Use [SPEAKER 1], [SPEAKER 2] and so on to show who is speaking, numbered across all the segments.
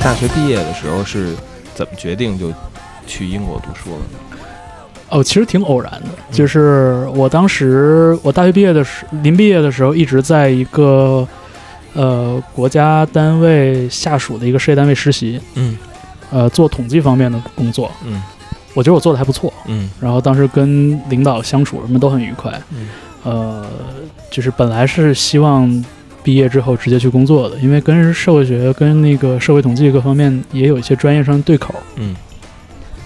[SPEAKER 1] 大学毕业的时候是怎么决定就去英国读书了呢？
[SPEAKER 2] 哦，其实挺偶然的，就是我当时我大学毕业的时，临毕业的时候一直在一个呃国家单位下属的一个事业单位实习，
[SPEAKER 1] 嗯
[SPEAKER 2] 呃，做统计方面的工作，
[SPEAKER 1] 嗯
[SPEAKER 2] 我觉得我做的还不错，
[SPEAKER 1] 嗯
[SPEAKER 2] 然后当时跟领导相处什么都很愉快，
[SPEAKER 1] 嗯
[SPEAKER 2] 呃，就是本来是希望毕业之后直接去工作的，因为跟社会学、跟那个社会统计各方面也有一些专业上的对口。
[SPEAKER 1] 嗯。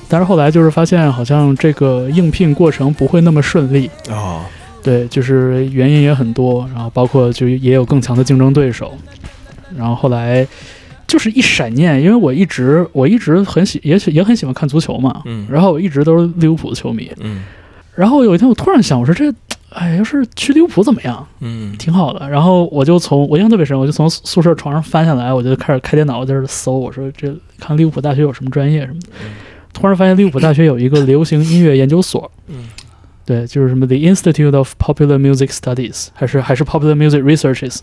[SPEAKER 2] 但是后来就是发现，好像这个应聘过程不会那么顺利，
[SPEAKER 1] 哦，
[SPEAKER 2] 对，就是原因也很多，然后包括就也有更强的竞争对手，然后后来就是一闪念，因为我一直我一直很喜，也许也很喜欢看足球嘛，
[SPEAKER 1] 嗯
[SPEAKER 2] 然后我一直都是利物浦的球迷，
[SPEAKER 1] 嗯
[SPEAKER 2] 然后有一天我突然想，我说这，哎，要是去利物浦怎么样？
[SPEAKER 1] 嗯
[SPEAKER 2] 挺好的。然后我就从我印象特别深，我就从宿舍床上翻下来，我就开始开电脑，我在这搜，我说这看利物浦大学有什么专业什么的
[SPEAKER 1] 嗯。
[SPEAKER 2] 突然发现利物浦大学有一个流行音乐研究所，
[SPEAKER 1] 嗯
[SPEAKER 2] 对，就是什么 The Institute of Popular Music Studies，还是还是 Popular Music Researches。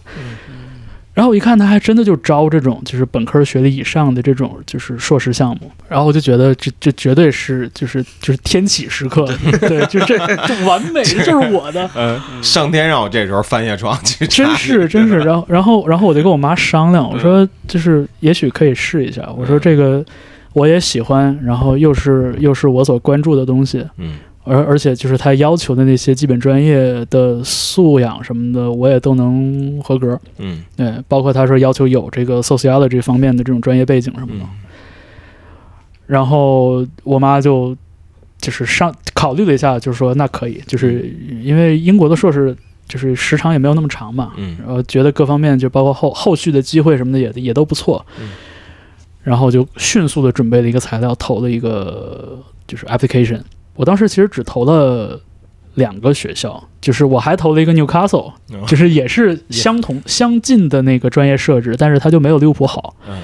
[SPEAKER 2] 然
[SPEAKER 1] 嗯
[SPEAKER 2] 后我一看，他还真的就招这种就是本科学历以上的这种就是硕士项目，然后我就觉得这这绝对是就是就是天启时 刻，对，就这这完美，这就是我的。
[SPEAKER 1] 呃，上天让我这时候翻下床去查，
[SPEAKER 2] 真是真是，然后然后然后我就跟我妈商量，我说就是也许可以试一下，我说这个我也喜欢，然后又是又是我所关注的东西，
[SPEAKER 1] 嗯
[SPEAKER 2] 而而且就是他要求的那些基本专业的素养什么的，我也都能合格，
[SPEAKER 1] 嗯
[SPEAKER 2] 对，包括他说要求有这个 sociology 方面的这种专业背景什么的，
[SPEAKER 1] 嗯
[SPEAKER 2] 然后我妈就就是上考虑了一下，就是说那可以，就是因为英国的硕士就是时长也没有那么长嘛，
[SPEAKER 1] 嗯
[SPEAKER 2] 然后呃觉得各方面就包括后后续的机会什么的也也都不错，
[SPEAKER 1] 嗯
[SPEAKER 2] 然后就迅速的准备了一个材料，投了一个就是 application。我当时其实只投了两个学校，就是我还投了一个 Newcastle，、
[SPEAKER 1] 哦
[SPEAKER 2] 就是也是相同相近的那个专业设置，但是它就没有利物浦好。
[SPEAKER 1] 嗯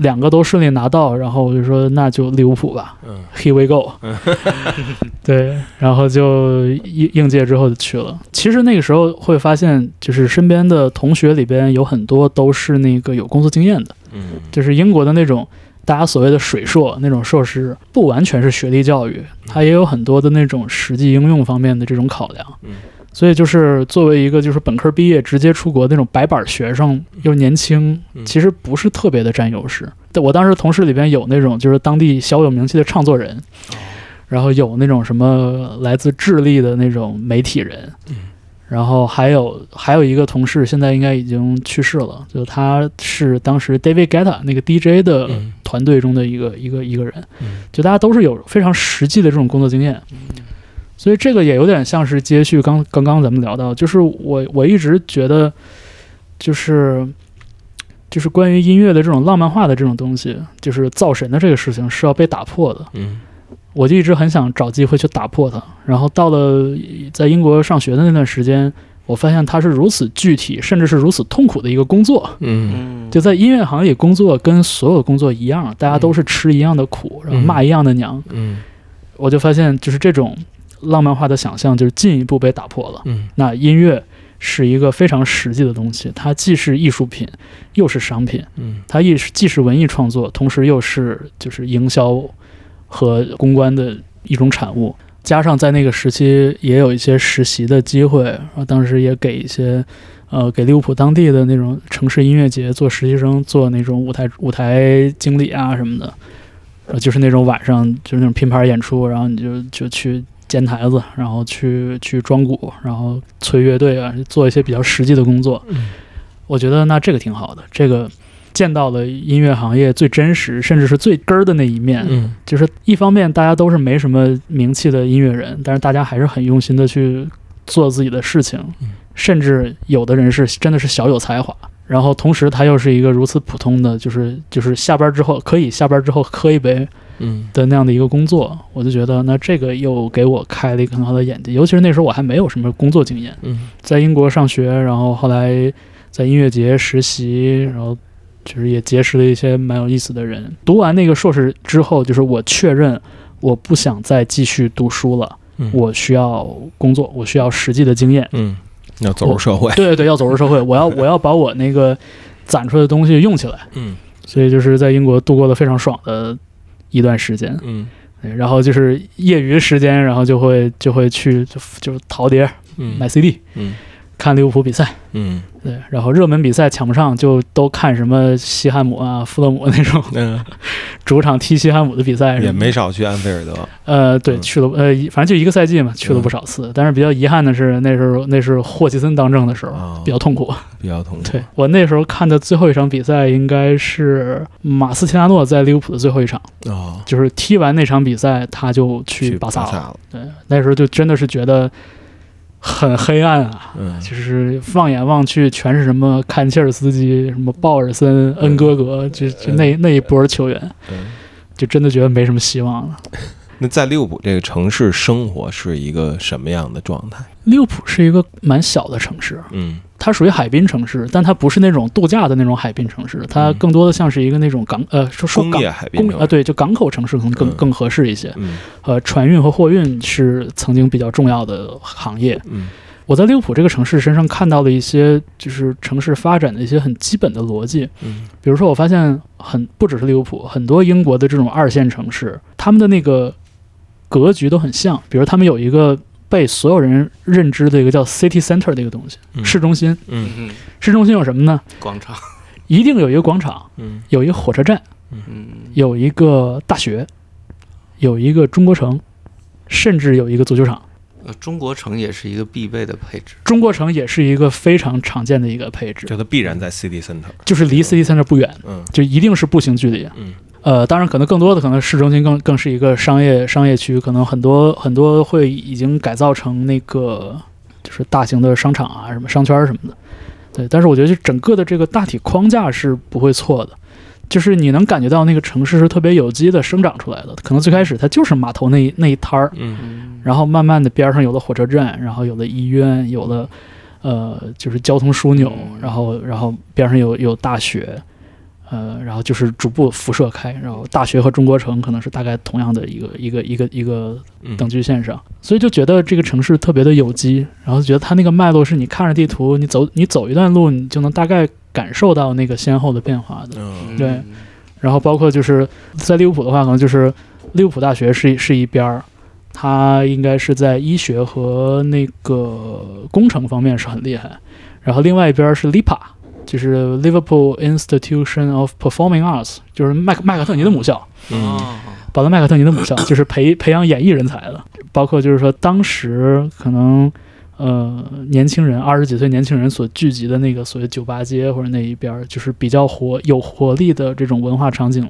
[SPEAKER 2] 两个都顺利拿到，然后我就说那就利物浦吧
[SPEAKER 1] 嗯
[SPEAKER 2] ，Here we go。对，然后就应应届之后就去了。其实那个时候会发现，就是身边的同学里边有很多都是那个有工作经验的，
[SPEAKER 1] 嗯，
[SPEAKER 2] 就是英国的那种大家所谓的水硕那种硕士，不完全是学历教育，它也有很多的那种实际应用方面的这种考量
[SPEAKER 1] 嗯。
[SPEAKER 2] 所以就是作为一个就是本科毕业直接出国那种白板学生，又年轻，
[SPEAKER 1] 嗯
[SPEAKER 2] 其实不是特别的占优势。但我当时同事里边有那种就是当地小有名气的唱作人，
[SPEAKER 1] 哦
[SPEAKER 2] 然后有那种什么来自智利的那种媒体人，
[SPEAKER 1] 嗯
[SPEAKER 2] 然后还有还有一个同事现在应该已经去世了，就他是当时 David Guetta 那个 DJ 的
[SPEAKER 1] 嗯
[SPEAKER 2] 团队中的一个、一个一个人，
[SPEAKER 1] 嗯
[SPEAKER 2] 就大家都是有非常实际的这种工作经验，所以这个也有点像是接续刚刚刚咱们聊到，就是我我一直觉得就是。就是关于音乐的这种浪漫化的这种东西，就是造神的这个事情是要被打破的。
[SPEAKER 1] 嗯
[SPEAKER 2] 我就一直很想找机会去打破它。然后到了在英国上学的那段时间，我发现它是如此具体，甚至是如此痛苦的一个工作。
[SPEAKER 1] 嗯
[SPEAKER 3] 嗯，
[SPEAKER 2] 就在音乐行业工作，跟所有工作一样，大家都是吃一样的苦，然后骂一样的娘。
[SPEAKER 1] 嗯
[SPEAKER 2] 我就发现，就是这种浪漫化的想象，就是进一步被打破了。
[SPEAKER 1] 嗯
[SPEAKER 2] 那音乐是一个非常实际的东西，它既是艺术品，又是商品。
[SPEAKER 1] 嗯
[SPEAKER 2] 它亦是既是文艺创作，同时又是就是营销和公关的一种产物。加上在那个时期也有一些实习的机会，然后当时也给一些呃给利物浦当地的那种城市音乐节做实习生，做那种舞台舞台经理啊什么的，呃就是那种晚上就是那种拼盘演出，然后你就就去。监台子，然后去去装鼓，然后催乐队啊，做一些比较实际的工作。
[SPEAKER 1] 嗯
[SPEAKER 2] 我觉得那这个挺好的，这个见到了音乐行业最真实，甚至是最根儿的那一面。
[SPEAKER 1] 嗯
[SPEAKER 2] 就是一方面大家都是没什么名气的音乐人，但是大家还是很用心的去做自己的事情
[SPEAKER 1] 嗯，
[SPEAKER 2] 甚至有的人是真的是小有才华。然后同时他又是一个如此普通的，就是就是下班之后可以下班之后喝一杯
[SPEAKER 1] 嗯
[SPEAKER 2] 的那样的一个工作，我就觉得那这个又给我开了一个很好的眼界，尤其是那时候我还没有什么工作经验。
[SPEAKER 1] 嗯
[SPEAKER 2] 在英国上学，然后后来在音乐节实习，然后就是也结识了一些蛮有意思的人。读完那个硕士之后，就是我确认我不想再继续读书了，
[SPEAKER 1] 嗯
[SPEAKER 2] 我需要工作，我需要实际的经验。
[SPEAKER 1] 嗯要走入社会，
[SPEAKER 2] 对对对，要走入社会，我要我要把我那个攒出来的东西用起来。
[SPEAKER 1] 嗯
[SPEAKER 2] 所以就是在英国度过了非常爽的一段时间。
[SPEAKER 1] 嗯
[SPEAKER 2] 对然后就是业余时间，然后就会就会去就就淘碟、
[SPEAKER 1] 嗯
[SPEAKER 2] 买 CD、
[SPEAKER 1] 嗯
[SPEAKER 2] 看利物浦比赛。
[SPEAKER 1] 嗯
[SPEAKER 2] 对，然后热门比赛抢不上，就都看什么西汉姆啊、富勒姆 那种
[SPEAKER 1] 嗯，
[SPEAKER 2] 主场踢西汉姆的比赛什么的，
[SPEAKER 3] 也没少去安菲尔德。
[SPEAKER 2] 呃，对，
[SPEAKER 1] 嗯
[SPEAKER 2] 去了呃，一反正就一个赛季嘛，去了不少次。但是比较遗憾的是，那时候那是霍奇森当政的时候，
[SPEAKER 1] 哦
[SPEAKER 2] 比较痛苦。
[SPEAKER 1] 比较痛苦。
[SPEAKER 2] 对我那时候看的最后一场比赛，应该是马斯切拉诺在利物浦的最后一场，
[SPEAKER 1] 哦，
[SPEAKER 2] 就是踢完那场比赛他就去巴
[SPEAKER 1] 巴
[SPEAKER 2] 萨了。
[SPEAKER 1] 了，
[SPEAKER 2] 对，那时候就真的是觉得很黑暗啊。
[SPEAKER 1] 嗯，
[SPEAKER 2] 就是放眼望去，全是什么坎切尔斯基、什么鲍尔森、恩哥格，就就那那一波球员，
[SPEAKER 1] 嗯
[SPEAKER 2] 就真的觉得没什么希望了。
[SPEAKER 1] 那在利物浦这个城市生活是一个什么样的状态？
[SPEAKER 2] 利物浦是一个蛮小的城市，
[SPEAKER 1] 嗯
[SPEAKER 2] 它属于海滨城市，但它不是那种度假的那种海滨城市，它更多的像是一个那种港呃说说
[SPEAKER 1] 工
[SPEAKER 2] 港
[SPEAKER 1] 业海滨
[SPEAKER 2] 工
[SPEAKER 1] 城
[SPEAKER 2] 啊、对，就港口城市可能更
[SPEAKER 1] 嗯
[SPEAKER 2] 更合适一些。
[SPEAKER 1] 嗯
[SPEAKER 2] 呃，船运和货运是曾经比较重要的行业。
[SPEAKER 1] 嗯
[SPEAKER 2] 我在利物浦这个城市身上看到了一些就是城市发展的一些很基本的逻辑，
[SPEAKER 1] 嗯
[SPEAKER 2] 比如说我发现很不只是利物浦，很多英国的这种二线城市，他们的那个格局都很像，比如他们有一个。被所有人认知的一个叫 city center 的一个东西，
[SPEAKER 1] 嗯
[SPEAKER 2] 市中心。
[SPEAKER 1] 嗯
[SPEAKER 3] 嗯，
[SPEAKER 2] 市中心有什么呢？
[SPEAKER 3] 广场，
[SPEAKER 2] 一定有一个广场，
[SPEAKER 1] 嗯
[SPEAKER 2] 有一个火车站，
[SPEAKER 3] 嗯，
[SPEAKER 2] 有一个大学，有一个中国城，甚至有一个足球场。
[SPEAKER 3] 呃中国城也是一个必备的配置。
[SPEAKER 2] 中国城也是一个非常常见的一个配置，
[SPEAKER 1] 就它必然在 city center。
[SPEAKER 2] 就是离 city center 不远，
[SPEAKER 1] 嗯
[SPEAKER 2] 就一定是步行距离。
[SPEAKER 1] 嗯
[SPEAKER 2] 呃，当然，可能更多的可能市中心更更是一个商业商业区，可能很多很多会已经改造成那个就是大型的商场啊，什么商圈儿什么的。对，但是我觉得就整个的这个大体框架是不会错的，就是你能感觉到那个城市是特别有机的生长出来的。可能最开始它就是码头那一那一摊儿，
[SPEAKER 1] 嗯
[SPEAKER 3] 嗯，
[SPEAKER 2] 然后慢慢的边上有了火车站，然后有了医院，有了呃就是交通枢纽，
[SPEAKER 3] 嗯
[SPEAKER 2] 然后然后边上有有大学，呃，然后就是逐步辐射开，然后大学和中国城可能是大概同样的一个一个一个一个
[SPEAKER 1] 嗯
[SPEAKER 2] 等距线上，所以就觉得这个城市特别的有机，然后觉得它那个脉络是你看着地图，你走你走一段路，你就能大概感受到那个先后的变化的。
[SPEAKER 1] 嗯
[SPEAKER 2] 对然后包括就是在利物浦的话，可能就是利物浦大学是一是一边儿，它应该是在医学和那个工程方面是很厉害。然后另外一边儿是 LIPA，就是 Liverpool Institution of Performing Arts，就是麦克麦克特尼的母校，
[SPEAKER 1] 嗯
[SPEAKER 3] 哦，
[SPEAKER 2] 保罗麦克特尼的母校，就是培培养演艺人才的。包括就是说当时可能。呃，年轻人二十几岁年轻人所聚集的那个所谓酒吧街或者那一边儿，就是比较活有活力的这种文化场景，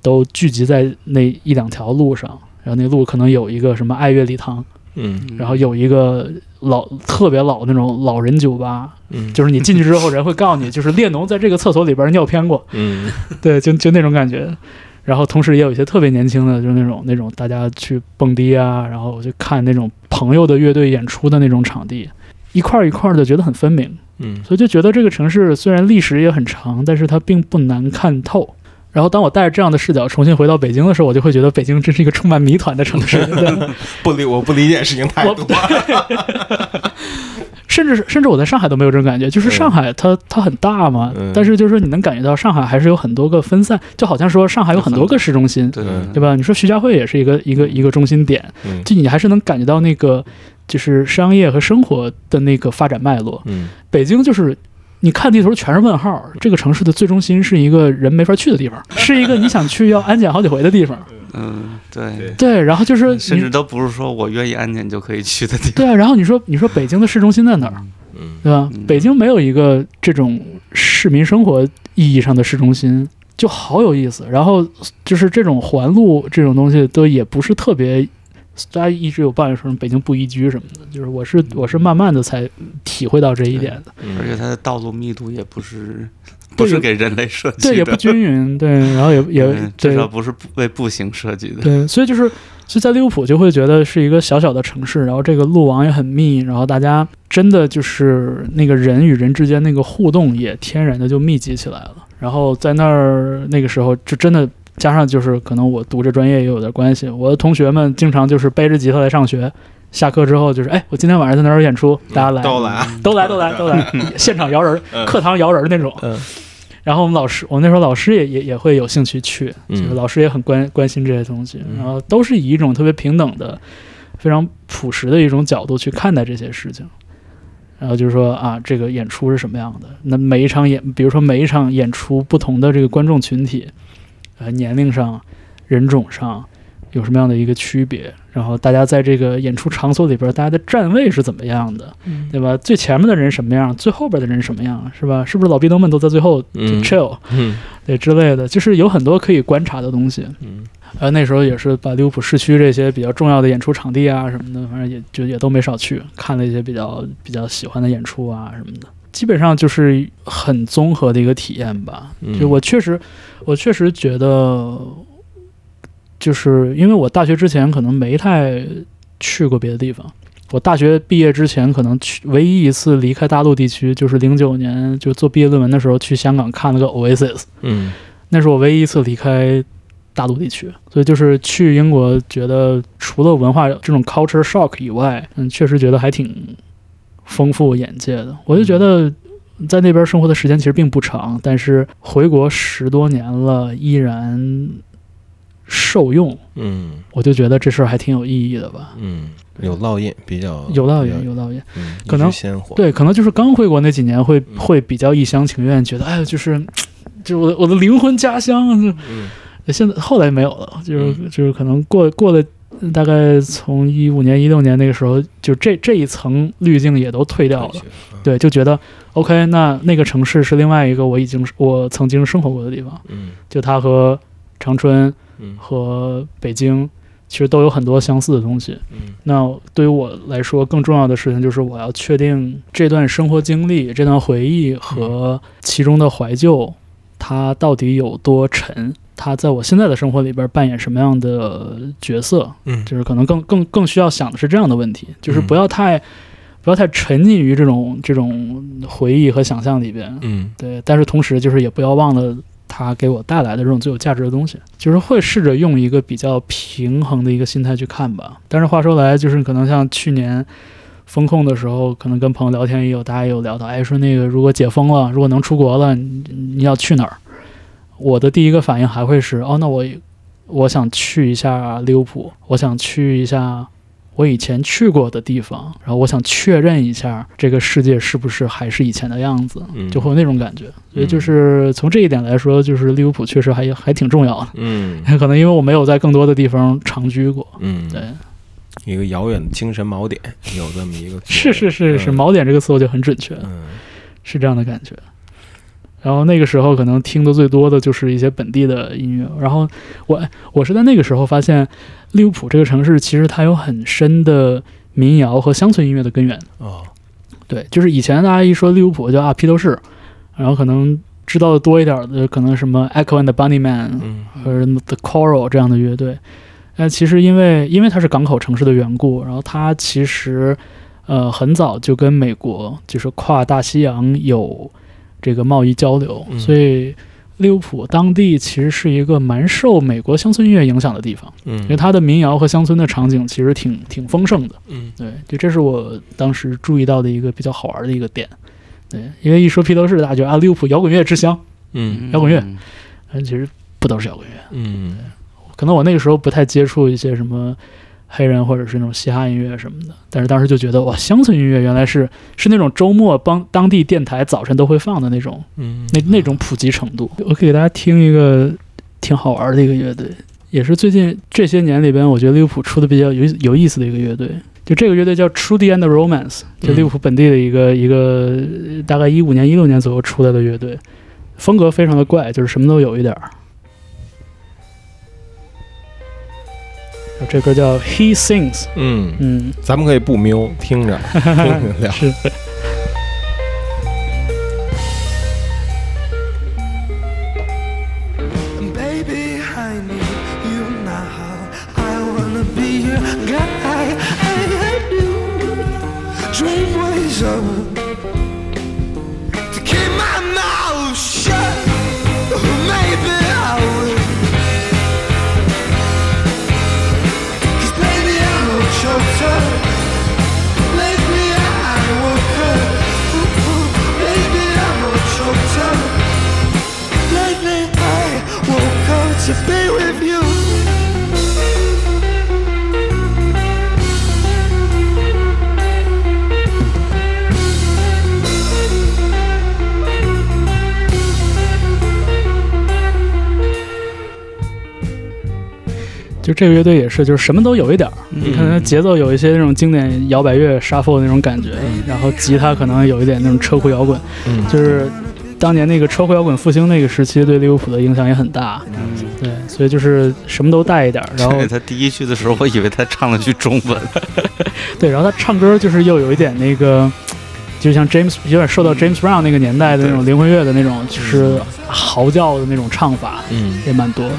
[SPEAKER 2] 都聚集在那一两条路上。然后那路可能有一个什么爱乐礼堂，
[SPEAKER 1] 嗯
[SPEAKER 2] 然后有一个老特别老那种老人酒吧，
[SPEAKER 1] 嗯，
[SPEAKER 2] 就是你进去之后，人会告诉你，就是列侬在这个厕所里边尿偏过，
[SPEAKER 1] 嗯
[SPEAKER 2] 对，就就那种感觉。然后同时也有一些特别年轻的，就是那种那种大家去蹦迪啊，然后去看那种朋友的乐队演出的那种场地，一块儿一块儿的，觉得很分明。
[SPEAKER 1] 嗯
[SPEAKER 2] 所以就觉得这个城市虽然历史也很长，但是它并不难看透。然后当我带着这样的视角重新回到北京的时候，我就会觉得北京真是一个充满谜团的城 市。对
[SPEAKER 1] 不理我不理解事情太
[SPEAKER 2] 我
[SPEAKER 1] 多。
[SPEAKER 2] 甚至是甚至我在上海都没有这种感觉，就是
[SPEAKER 1] 嗯
[SPEAKER 2] 上海它它很大嘛，
[SPEAKER 1] 嗯
[SPEAKER 2] 但是就是说你能感觉到上海还是有很多个分散，就好像说上海有很多个市中心，
[SPEAKER 3] 对
[SPEAKER 1] 嗯
[SPEAKER 2] 对吧？你说徐家汇也是一个一个一个中心点，
[SPEAKER 1] 嗯
[SPEAKER 2] 就你还是能感觉到那个就是商业和生活的那个发展脉络。
[SPEAKER 1] 嗯
[SPEAKER 2] 北京就是你看地图全是问号，这个城市的最中心是一个人没法去的地方，是一个你想去要安检好几回的地方。
[SPEAKER 3] 嗯， 对，嗯
[SPEAKER 2] 对，然后就是
[SPEAKER 3] 甚至
[SPEAKER 2] 你
[SPEAKER 3] 都不是说我愿意安检就可以去的地方。
[SPEAKER 2] 对啊，然后你说你说北京的市中心在哪儿，
[SPEAKER 1] 嗯
[SPEAKER 2] 对吧
[SPEAKER 3] 嗯？
[SPEAKER 2] 北京没有一个这种市民生活意义上的市中心。就好有意思，然后就是这种环路这种东西都也不是特别，大家一直有抱怨说什么北京不宜居什么的，就是我
[SPEAKER 3] 嗯
[SPEAKER 2] 是我是慢慢的才体会到这一点的。
[SPEAKER 3] 而且它的道路密度也不是，
[SPEAKER 2] 对
[SPEAKER 3] 不是给人类设计的，
[SPEAKER 2] 对，也不均匀，对，然后也也
[SPEAKER 3] 嗯至
[SPEAKER 2] 对
[SPEAKER 3] 少不是不为步行设计的。
[SPEAKER 2] 对，所以就是就在利物浦就会觉得是一个小小的城市，然后这个路网也很密，然后大家真的就是那个人与人之间那个互动也天然的就密集起来了。然后在那儿那个时候就真的。加上就是可能我读这专业也有点关系，我的同学们经常就是背着吉他来上学，下课之后就是哎，我今天晚上在哪儿有演出，大家来，
[SPEAKER 1] 都来啊，
[SPEAKER 2] 都来都来都来，现场摇人儿，课堂摇人儿那种。
[SPEAKER 1] 嗯
[SPEAKER 2] 然后我们老师，我们那时候老师也也也会有兴趣去，就是
[SPEAKER 1] 嗯
[SPEAKER 2] 老师也很关关心这些东西，
[SPEAKER 1] 嗯
[SPEAKER 2] 然后都是以一种特别平等的、非常朴实的一种角度去看待这些事情。然后就是说啊，这个演出是什么样的？那每一场演，比如说每一场演出，不同的这个观众群体，呃，年龄上、人种上有什么样的一个区别？然后大家在这个演出场所里边，大家的站位是怎么样的，对吧？最前面的人什么样，最后边的人什么样，是吧？是不是老壁咚们都在最后就
[SPEAKER 1] 嗯
[SPEAKER 2] chill？、
[SPEAKER 1] 嗯
[SPEAKER 2] 对之类的，就是有很多可以观察的东西。
[SPEAKER 1] 嗯
[SPEAKER 2] 呃，那时候也是把利物浦市区这些比较重要的演出场地啊什么的，反正也就也都没少去，看了一些比较比较喜欢的演出啊什么的。基本上就是很综合的一个体验吧。
[SPEAKER 1] 嗯
[SPEAKER 2] 就我确实，我确实觉得，就是因为我大学之前可能没太去过别的地方。我大学毕业之前，可能去唯一一次离开大陆地区，就是零九年就做毕业论文的时候去香港看了个 Oasis。
[SPEAKER 1] 嗯
[SPEAKER 2] 那是我唯一一次离开大陆地区，所以就是去英国，觉得除了文化这种 culture shock 以外，嗯，确实觉得还挺丰富眼界的。我就觉得在那边生活的时间其实并不长，但是回国十多年了，依然受用，
[SPEAKER 1] 嗯
[SPEAKER 2] 我就觉得这事儿还挺有意义的吧。
[SPEAKER 1] 嗯，有烙印，比较
[SPEAKER 2] 有道理
[SPEAKER 1] 比，较
[SPEAKER 2] 有道理。
[SPEAKER 1] 嗯
[SPEAKER 2] 可
[SPEAKER 1] 一
[SPEAKER 2] 能
[SPEAKER 1] 直鲜活，
[SPEAKER 2] 对，可能就是刚回国那几年会
[SPEAKER 1] 嗯
[SPEAKER 2] 会比较一厢情愿，觉得哎呀，就是就是我的我的灵魂家乡，就
[SPEAKER 1] 嗯
[SPEAKER 2] 现在后来没有了，就是、
[SPEAKER 1] 嗯
[SPEAKER 2] 就是可能过过了大概从一五年一六年那个时候，就这这一层滤镜也都退掉了
[SPEAKER 1] 退。学嗯
[SPEAKER 2] 对，就觉得 OK，那那个城市是另外一个我已经我曾经生活过的地方，
[SPEAKER 1] 嗯
[SPEAKER 2] 就它和长春
[SPEAKER 1] 嗯
[SPEAKER 2] 和北京其实都有很多相似的东西。
[SPEAKER 1] 嗯
[SPEAKER 2] 那对于我来说，更重要的事情就是我要确定这段生活经历、这段回忆和其中的怀旧，它到底有多沉，它在我现在的生活里边扮演什么样的角色，
[SPEAKER 1] 嗯
[SPEAKER 2] 就是可能更更更需要想的是这样的问题，就是
[SPEAKER 1] 嗯
[SPEAKER 2] 不要太、不要太沉溺于这种这种回忆和想象里边，
[SPEAKER 1] 嗯
[SPEAKER 2] 对，但是同时就是也不要忘了它给我带来的这种最有价值的东西，就是会试着用一个比较平衡的一个心态去看吧。但是话说来，就是可能像去年风控的时候，可能跟朋友聊天也有，大家也有聊到，哎，说那个如果解封了，如果能出国了，你你要去哪儿？我的第一个反应还会是，哦，那我我想去一下利物浦，我想去一下。我以前去过的地方，然后我想确认一下这个世界是不是还是以前的样子，
[SPEAKER 1] 嗯
[SPEAKER 2] 就会有那种感觉。所
[SPEAKER 1] 嗯
[SPEAKER 2] 以就是从这一点来说，就是利物浦确实还还挺重要的。
[SPEAKER 1] 嗯
[SPEAKER 2] 可能因为我没有在更多的地方长居过，
[SPEAKER 1] 嗯，
[SPEAKER 2] 对，
[SPEAKER 1] 一个遥远的精神锚点，有这么一个
[SPEAKER 2] 是是是是，
[SPEAKER 1] 嗯
[SPEAKER 2] 锚点这个词我就很准确，
[SPEAKER 1] 嗯
[SPEAKER 2] 是这样的感觉。然后那个时候可能听的最多的就是一些本地的音乐。然后我我是在那个时候发现，利物浦这个城市其实它有很深的民谣和乡村音乐的根源。
[SPEAKER 1] 哦
[SPEAKER 2] 对，就是以前大家一说利物浦就啊披头士，然后可能知道的多一点的可能什么 Echo and the Bunnymen，
[SPEAKER 1] 嗯
[SPEAKER 2] 或者呃 The Coral 这样的乐队。但其实因为因为它是港口城市的缘故，然后它其实呃很早就跟美国就是跨大西洋有这个贸易交流，
[SPEAKER 1] 嗯
[SPEAKER 2] 所以利物浦当地其实是一个蛮受美国乡村音乐影响的地方，
[SPEAKER 1] 嗯，
[SPEAKER 2] 因为它的民谣和乡村的场景其实挺挺丰盛的。
[SPEAKER 1] 嗯
[SPEAKER 2] 对，就这是我当时注意到的一个比较好玩的一个点。对，因为一说披头士，大家觉得啊利物浦摇滚乐之乡，
[SPEAKER 1] 嗯
[SPEAKER 2] 摇滚乐
[SPEAKER 3] 嗯
[SPEAKER 2] 但其实不都是摇滚乐。
[SPEAKER 1] 嗯
[SPEAKER 2] 可能我那个时候不太接触一些什么黑人或者是那种嘻哈音乐什么的，但是当时就觉得哇，乡村音乐原来是是那种周末帮当地电台早晨都会放的那种
[SPEAKER 1] 嗯，
[SPEAKER 2] 那那种普及程度。我可以给大家听一个挺好玩的一个乐队，也是最近这些年里边，我觉得利物浦出的比较有意有意思的一个乐队。就这个乐队叫 Trudy and the Romance，就利物浦本地的一个、一个呃大概一五年一六年左右出来的乐队，风格非常的怪，就是什么都有一点儿。这歌叫 He Sings，
[SPEAKER 1] 嗯，
[SPEAKER 2] 嗯，
[SPEAKER 1] 咱们可以不瞄，听 着听着聊。
[SPEAKER 2] 是。
[SPEAKER 4] And baby, I need you now. I wanna be your guy. I, I do. Dream ways of to keep my mouth shut. Oh, Maybe I will. 'Cause baby, I'm a choker. Lately, I woke to be with you.
[SPEAKER 2] 就这个乐队也是，就是什么都有一点儿。你看它节奏有一些那种经典摇摆乐、沙 u 那种感觉，然后吉他可能有一点那种车库摇滚，
[SPEAKER 1] 嗯
[SPEAKER 2] 就是当年那个车库摇滚复兴那个时期，对利物浦的影响也很大。对，所以就是什么都带一点儿，然 后
[SPEAKER 3] 对他第一句的时候，我以为他唱了句中文，
[SPEAKER 2] 对，然后他唱歌就是又有一点那个，就像 James 有点受到 James Brown 那个年代的那种灵魂乐的那种，就是嚎叫的那种唱法
[SPEAKER 1] 嗯
[SPEAKER 2] 也蛮多的。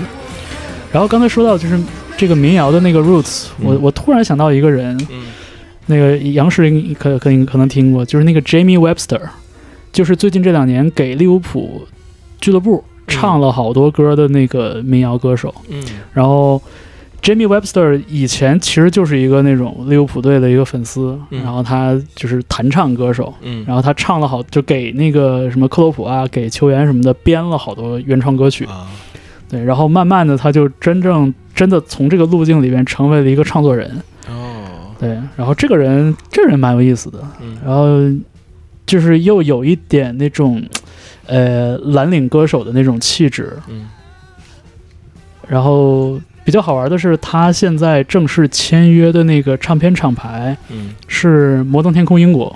[SPEAKER 2] 然后刚才说到就是这个民谣的那个 roots，我
[SPEAKER 1] 嗯
[SPEAKER 2] 我突然想到一个人，
[SPEAKER 1] 嗯
[SPEAKER 2] 那个杨世应可可可能听过，就是那个 Jamie Webster，就是最近这两年给利物浦俱乐部唱了好多歌的那个民谣歌手。
[SPEAKER 1] 嗯
[SPEAKER 2] 然后 Jamie Webster 以前其实就是一个那种利物浦队的一个粉丝，
[SPEAKER 1] 嗯
[SPEAKER 2] 然后他就是弹唱歌手，
[SPEAKER 1] 嗯
[SPEAKER 2] 然后他唱了好就给那个什么克洛普啊，给球员什么的编了好多原创歌曲，
[SPEAKER 1] 啊
[SPEAKER 2] 对，然后慢慢的他就真正真的从这个路径里面成为了一个创作人，
[SPEAKER 1] 哦
[SPEAKER 2] 对，然后这个人这个人蛮有意思的，
[SPEAKER 1] 嗯
[SPEAKER 2] 然后就是又有一点那种呃蓝领歌手的那种气质，
[SPEAKER 1] 嗯
[SPEAKER 2] 然后比较好玩的是，他现在正式签约的那个唱片厂牌
[SPEAKER 1] 嗯
[SPEAKER 2] 是摩登天空英国，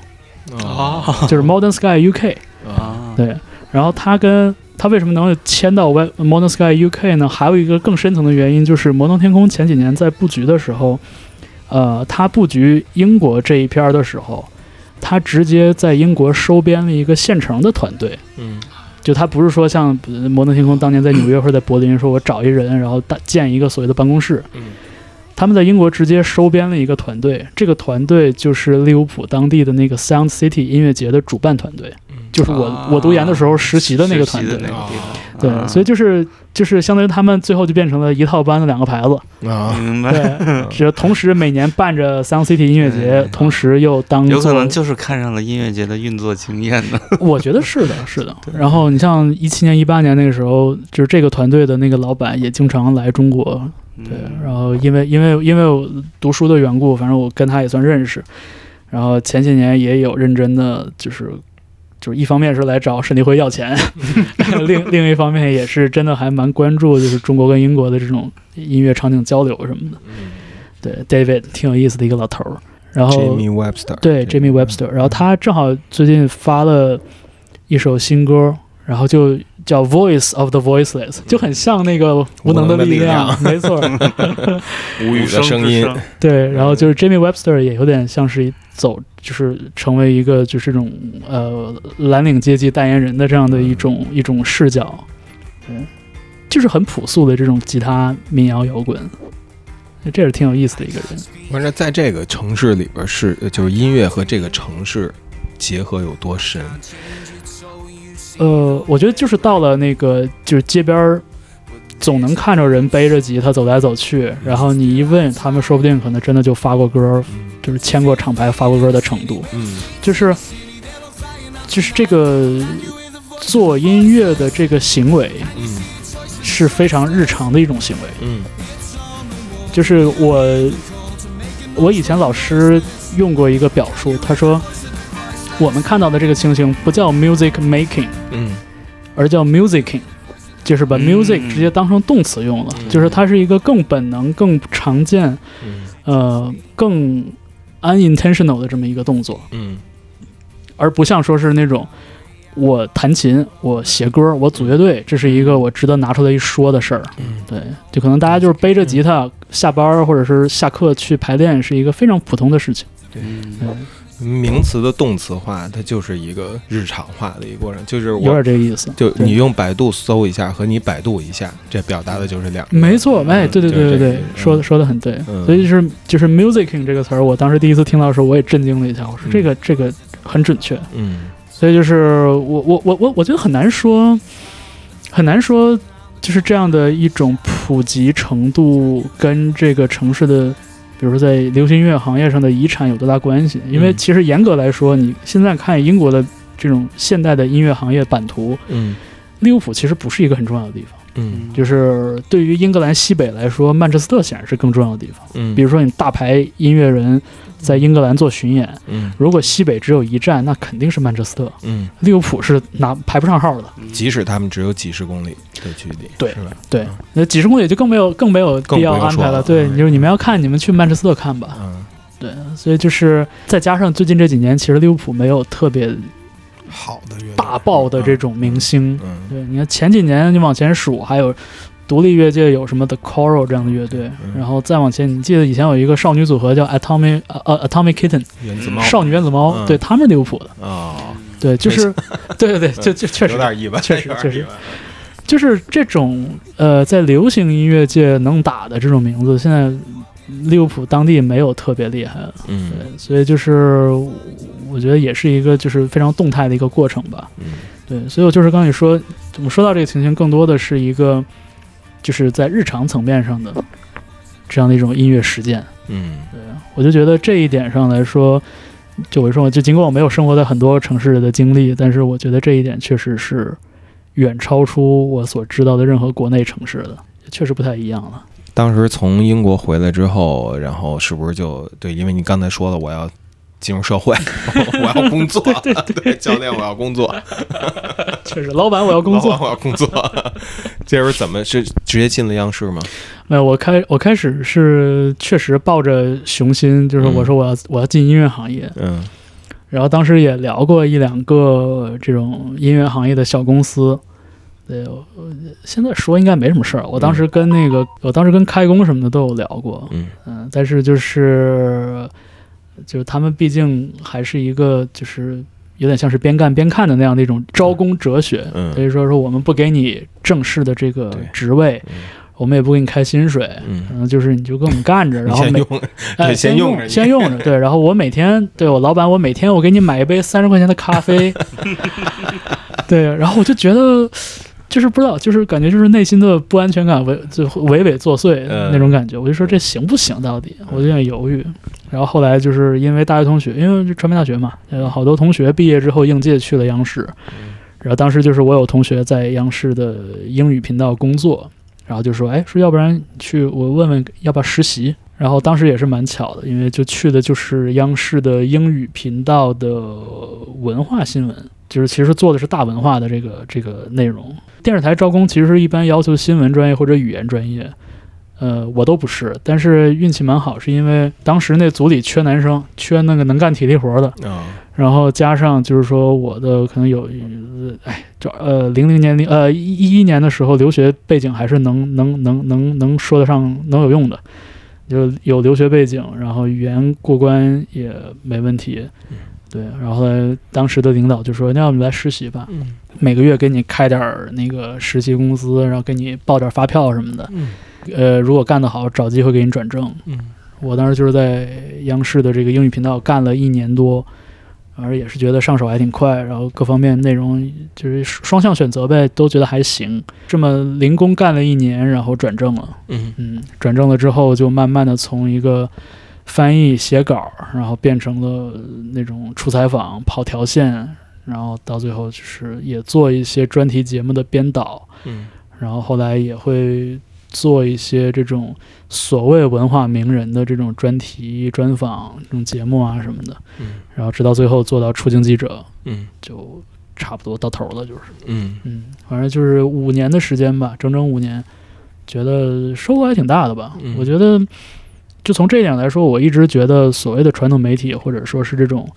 [SPEAKER 1] 哦
[SPEAKER 2] 就是 Modern Sky UK。
[SPEAKER 1] 啊
[SPEAKER 3] 啊，
[SPEAKER 2] 对，然后他跟他为什么能签到 We- Modern Sky UK 呢？还有一个更深层的原因，就是摩登天空前几年在布局的时候，呃，他布局英国这一片儿的时候，他直接在英国收编了一个现成的团队。
[SPEAKER 1] 嗯
[SPEAKER 2] 就他不是说像呃摩登天空当年在纽约或者在柏林，说我找一人，然后搭建一个所谓的办公室。
[SPEAKER 1] 嗯
[SPEAKER 2] 他们在英国直接收编了一个团队，这个团队就是利物浦当地的那个 Sound City 音乐节的主办团队，
[SPEAKER 1] 嗯
[SPEAKER 2] 就是我、
[SPEAKER 3] 啊
[SPEAKER 2] 我读研的时候实习的那个
[SPEAKER 3] 实
[SPEAKER 2] 团
[SPEAKER 3] 习
[SPEAKER 2] 队
[SPEAKER 3] 的。那个地
[SPEAKER 1] 哦
[SPEAKER 3] 方
[SPEAKER 2] 对，
[SPEAKER 3] 啊
[SPEAKER 2] 所以就是就是相当于他们最后就变成了一套班的两个牌 子，
[SPEAKER 1] 啊
[SPEAKER 3] 明白。
[SPEAKER 2] 对，只同时每年办着 Sound City 音乐节，
[SPEAKER 3] 嗯
[SPEAKER 2] 同时又当
[SPEAKER 3] 有可
[SPEAKER 2] 做
[SPEAKER 3] 能就是看上了音乐节的运作经验呢。
[SPEAKER 2] 我觉得是的，是 的。然后你像一七年、一八年那个时候，就是这个团队的那个老板也经常来中国，对。嗯然后因为因为因为我读书的缘故，反正我跟他也算认识。然后前些年也有认真的，就是就是一方面是来找沈立辉要钱，另另一方面也是真的还蛮关注，就是中国跟英国的这种音乐场景交流什么的。对，David 挺有意思的一个老头儿。然后
[SPEAKER 1] Jamie Webster
[SPEAKER 2] 对 Jamie Webster，然后他正好最近发了一首新歌，然后就叫《Voice of the Voiceless》，就很像那个《无能的力量》没错儿，
[SPEAKER 1] 无语的声音，
[SPEAKER 2] 对。然后就是 Jamie Webster 也有点像是走，就是成为一个就是这种呃蓝领阶级代言人的这样的一种一种视角，对，就是很朴素的这种吉他民谣摇滚，这也是挺有意思的一个人。
[SPEAKER 1] 完事儿在这个城市里边是呃就是音乐和这个城市结合有多深？
[SPEAKER 2] 呃，我觉得就是到了那个就是街边儿，总能看着人背着吉他走来走去，然后你一问，他们说不定可能真的就发过歌，就是签过厂牌发过歌的程度，
[SPEAKER 1] 嗯
[SPEAKER 2] 就是就是这个做音乐的这个行为
[SPEAKER 1] 嗯
[SPEAKER 2] 是非常日常的一种行为。
[SPEAKER 1] 嗯
[SPEAKER 2] 就是我，我以前老师用过一个表述，他说我们看到的这个情形不叫 music making。
[SPEAKER 1] 嗯
[SPEAKER 2] 而叫 musicking，就是把
[SPEAKER 3] 嗯
[SPEAKER 2] music 直接当成动词用了，
[SPEAKER 1] 嗯
[SPEAKER 2] 就是它是一个更本能、更常见、
[SPEAKER 1] 嗯
[SPEAKER 2] 呃更 unintentional 的这么一个动作，
[SPEAKER 1] 嗯
[SPEAKER 2] 而不像说是那种我弹琴、我写歌、我组乐队，这是一个我值得拿出来一说的事儿。
[SPEAKER 1] 嗯
[SPEAKER 2] 对，就可能大家就是背着吉他下班儿或者是下课去排练，是一个非常普通的事情。
[SPEAKER 3] 嗯
[SPEAKER 2] 嗯，
[SPEAKER 1] 名词的动词化，它就是一个日常化的一个过程，就是
[SPEAKER 2] 有
[SPEAKER 1] 我嗯
[SPEAKER 2] 点这个意思。
[SPEAKER 1] 就
[SPEAKER 2] 对
[SPEAKER 1] 你用百度搜一下和你百度一下，这表达的就是两个
[SPEAKER 2] 没错，哎，对对
[SPEAKER 1] 嗯就是
[SPEAKER 2] 对
[SPEAKER 1] 这
[SPEAKER 2] 对
[SPEAKER 1] 个
[SPEAKER 2] 对
[SPEAKER 1] 意，思
[SPEAKER 2] 说的说的很对，
[SPEAKER 1] 嗯
[SPEAKER 2] 所以就是就是 musicing 这个词儿，我当时第一次听到的时候，我也震惊了一下，我说
[SPEAKER 1] 嗯
[SPEAKER 2] 这个、这个很准确，
[SPEAKER 1] 嗯
[SPEAKER 2] 所以就是我我我我我觉得很难说，很难说，就是这样的一种普及程度跟这个城市的。比如说，在流行音乐行业上的遗产有多大关系？因为
[SPEAKER 1] 嗯
[SPEAKER 2] 其实严格来说，你现在看英国的这种现代的音乐行业版图，
[SPEAKER 1] 嗯
[SPEAKER 2] 利物浦其实不是一个很重要的地方。
[SPEAKER 1] 嗯
[SPEAKER 2] 就是对于英格兰西北来说，曼彻斯特显然是更重要的地方。
[SPEAKER 1] 嗯，
[SPEAKER 2] 比如说，你大牌音乐人在英格兰做巡演，
[SPEAKER 1] 嗯
[SPEAKER 2] 如果西北只有一站，那肯定是曼彻斯特，
[SPEAKER 1] 嗯，
[SPEAKER 2] 利物浦是拿排不上号的。
[SPEAKER 3] 嗯
[SPEAKER 1] 即使他们只有几十公里的距离，
[SPEAKER 2] 对
[SPEAKER 1] 是吧？
[SPEAKER 2] 对
[SPEAKER 1] 嗯，
[SPEAKER 2] 那几十公里就更没有更没有
[SPEAKER 1] 更
[SPEAKER 2] 必要
[SPEAKER 1] 不用
[SPEAKER 2] 安
[SPEAKER 1] 说
[SPEAKER 2] 排
[SPEAKER 1] 了
[SPEAKER 2] 对，
[SPEAKER 1] 嗯
[SPEAKER 2] 你就是你们要看，你们去曼彻斯特看吧。
[SPEAKER 1] 嗯，
[SPEAKER 2] 对，所以就是再加上最近这几年，其实利物浦没有特别
[SPEAKER 1] 好的乐队
[SPEAKER 2] 大爆的这，种明星。
[SPEAKER 1] 嗯
[SPEAKER 2] 对，你看前几年你往前数，还有独立乐界有什么 The Coral 这样的乐队，
[SPEAKER 1] 嗯
[SPEAKER 2] 然后再往前，你记得以前有一个少女组合叫 Atomic 呃呃 Atomic Kitten
[SPEAKER 1] 嗯原子猫
[SPEAKER 2] 少女原子猫，
[SPEAKER 1] 嗯
[SPEAKER 2] 对他们是利物浦的，
[SPEAKER 1] 哦，
[SPEAKER 2] 对，就
[SPEAKER 1] 没嗯
[SPEAKER 2] 是对对对，就就确实
[SPEAKER 1] 有点意外，
[SPEAKER 2] 确实
[SPEAKER 1] 有点
[SPEAKER 2] 确实
[SPEAKER 1] 意外
[SPEAKER 2] 就是这种呃，在流行音乐界能打的这种名字，现在利物浦当地没有特别厉害的，
[SPEAKER 1] 嗯
[SPEAKER 2] 对，所以就是我我觉得也是一个就是非常动态的一个过程吧，
[SPEAKER 1] 嗯
[SPEAKER 2] 对，所以我就是刚才说，我们说到这个情形，更多的是一个就是在日常层面上的这样的一种音乐实践，
[SPEAKER 1] 嗯
[SPEAKER 2] 对，我就觉得这一点上来说。就我说，就尽管我没有生活在很多城市的经历，但是我觉得这一点确实是远超出我所知道的任何国内城市的，确实不太一样了。
[SPEAKER 1] 当时从英国回来之后，然后是不是就对？因为你刚才说了，我要进入社会， 我要工作，对教练，我要工作，
[SPEAKER 2] 确实，老板，我要 工
[SPEAKER 1] 老
[SPEAKER 2] 作。
[SPEAKER 1] 板我要工作。这时候怎么是直接进了央视吗？
[SPEAKER 2] 没有，我开我开始是确实抱着雄心，就是我说我要、我要进音乐行业，
[SPEAKER 1] 嗯
[SPEAKER 2] 然后当时也聊过一两个这种音乐行业的小公司。对，我我现在说应该没什么事儿。我当时跟那个，我当时跟开工什么的都有聊过，
[SPEAKER 1] 嗯
[SPEAKER 2] 嗯，但是就是就是他们毕竟还是一个就是有点像是边干边看的那样的一种招工哲学，所
[SPEAKER 1] 嗯
[SPEAKER 2] 以说说我们不给你正式的这个
[SPEAKER 1] 对
[SPEAKER 2] 职位，
[SPEAKER 1] 嗯
[SPEAKER 2] 我们也不给你开薪水，
[SPEAKER 1] 嗯，
[SPEAKER 2] 然后就是你就跟我们干着，
[SPEAKER 1] 你
[SPEAKER 2] 然后
[SPEAKER 1] 先
[SPEAKER 2] 每
[SPEAKER 1] 用
[SPEAKER 2] 哎
[SPEAKER 1] 对先用
[SPEAKER 2] 用
[SPEAKER 1] 着你
[SPEAKER 2] 先用着，对，然后我每天对我老板，我每天我给你买一杯三十块钱的 咖啡，对，然后我就觉得。就是不知道，就是感觉就是内心的不安全感为就娓娓作祟
[SPEAKER 1] 嗯
[SPEAKER 2] 那种感觉，我就说这行不行到底，我就有点犹豫。然后后来就是因为大学同学，因为就传媒大学嘛，呃，好多同学毕业之后应届去了央视，然后当时就是我有同学在央视的英语频道工作，然后就说，哎，说要不然去我问问要不要实习。然后当时也是蛮巧的，因为就去的就是央视的英语频道的文化新闻，就是其实做的是大文化的这个这个内容。电视台招工其实一般要求新闻专业或者语言专业，呃，我都不是，但是运气蛮好，是因为当时那组里缺男生，缺那个能干体力活的，
[SPEAKER 1] 啊
[SPEAKER 2] 然后加上就是说我的可能有，呃哎，就呃零零年零呃一一年的时候留学背景还是能能能能能说得上能有用的，就有留学背景，然后语言过关也没问题，对，然后后来当时的领导就说，那要不你来实习吧，
[SPEAKER 1] 嗯
[SPEAKER 2] 每个月给你开点儿那个实习工资，然后给你报点儿发票什么的，
[SPEAKER 1] 嗯
[SPEAKER 2] 呃，如果干得好，找机会给你转正，
[SPEAKER 1] 嗯
[SPEAKER 2] 我当时就是在央视的这个英语频道干了一年多，而也是觉得上手还挺快，然后各方面内容就是双向选择呗，都觉得还行。这么零工干了一年，然后转正了，
[SPEAKER 1] 嗯
[SPEAKER 2] 嗯，转正了之后就慢慢的从一个翻译写稿，然后变成了呃那种出采访、跑条线，然后到最后就是也做一些专题节目的编导，
[SPEAKER 1] 嗯
[SPEAKER 2] 然后后来也会做一些这种所谓文化名人的这种专题、专访这种节目啊什么的，
[SPEAKER 1] 嗯
[SPEAKER 2] 然后直到最后做到出镜记者，
[SPEAKER 1] 嗯
[SPEAKER 2] 就差不多到头了，就是，
[SPEAKER 1] 嗯
[SPEAKER 2] 嗯，反正就是五年的时间吧，整整五年，觉得收获还挺大的吧。
[SPEAKER 1] 嗯
[SPEAKER 2] 我觉得，就从这一点来说，我一直觉得所谓的传统媒体或者说是这种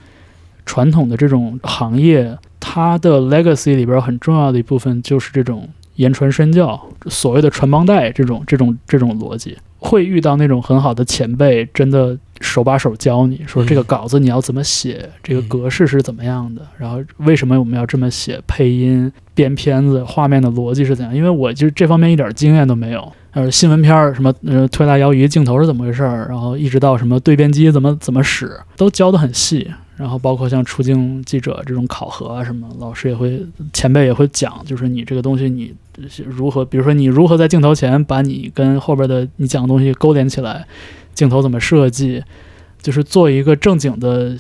[SPEAKER 2] 传统的这种行业，它的 legacy 里边很重要的一部分就是这种言传身教，所谓的传帮带这种这种这种逻辑。会遇到那种很好的前辈，真的手把手教你说
[SPEAKER 1] 嗯
[SPEAKER 2] 这个稿子你要怎么写，这个格式是怎么样的，然后为什么我们要这么写，配音、编片子、画面的逻辑是怎样？因为我就这方面一点经验都没有。呃，新闻片儿什么呃推拉摇移镜头是怎么回事儿，然后一直到什么对编机怎么怎么使，都教得很细。然后包括像出镜记者这种考核啊什么，老师也会前辈也会讲，就是你这个东西你如何，比如说你如何在镜头前把你跟后边的你讲的东西勾连起来，镜头怎么设计，就是做一个正经的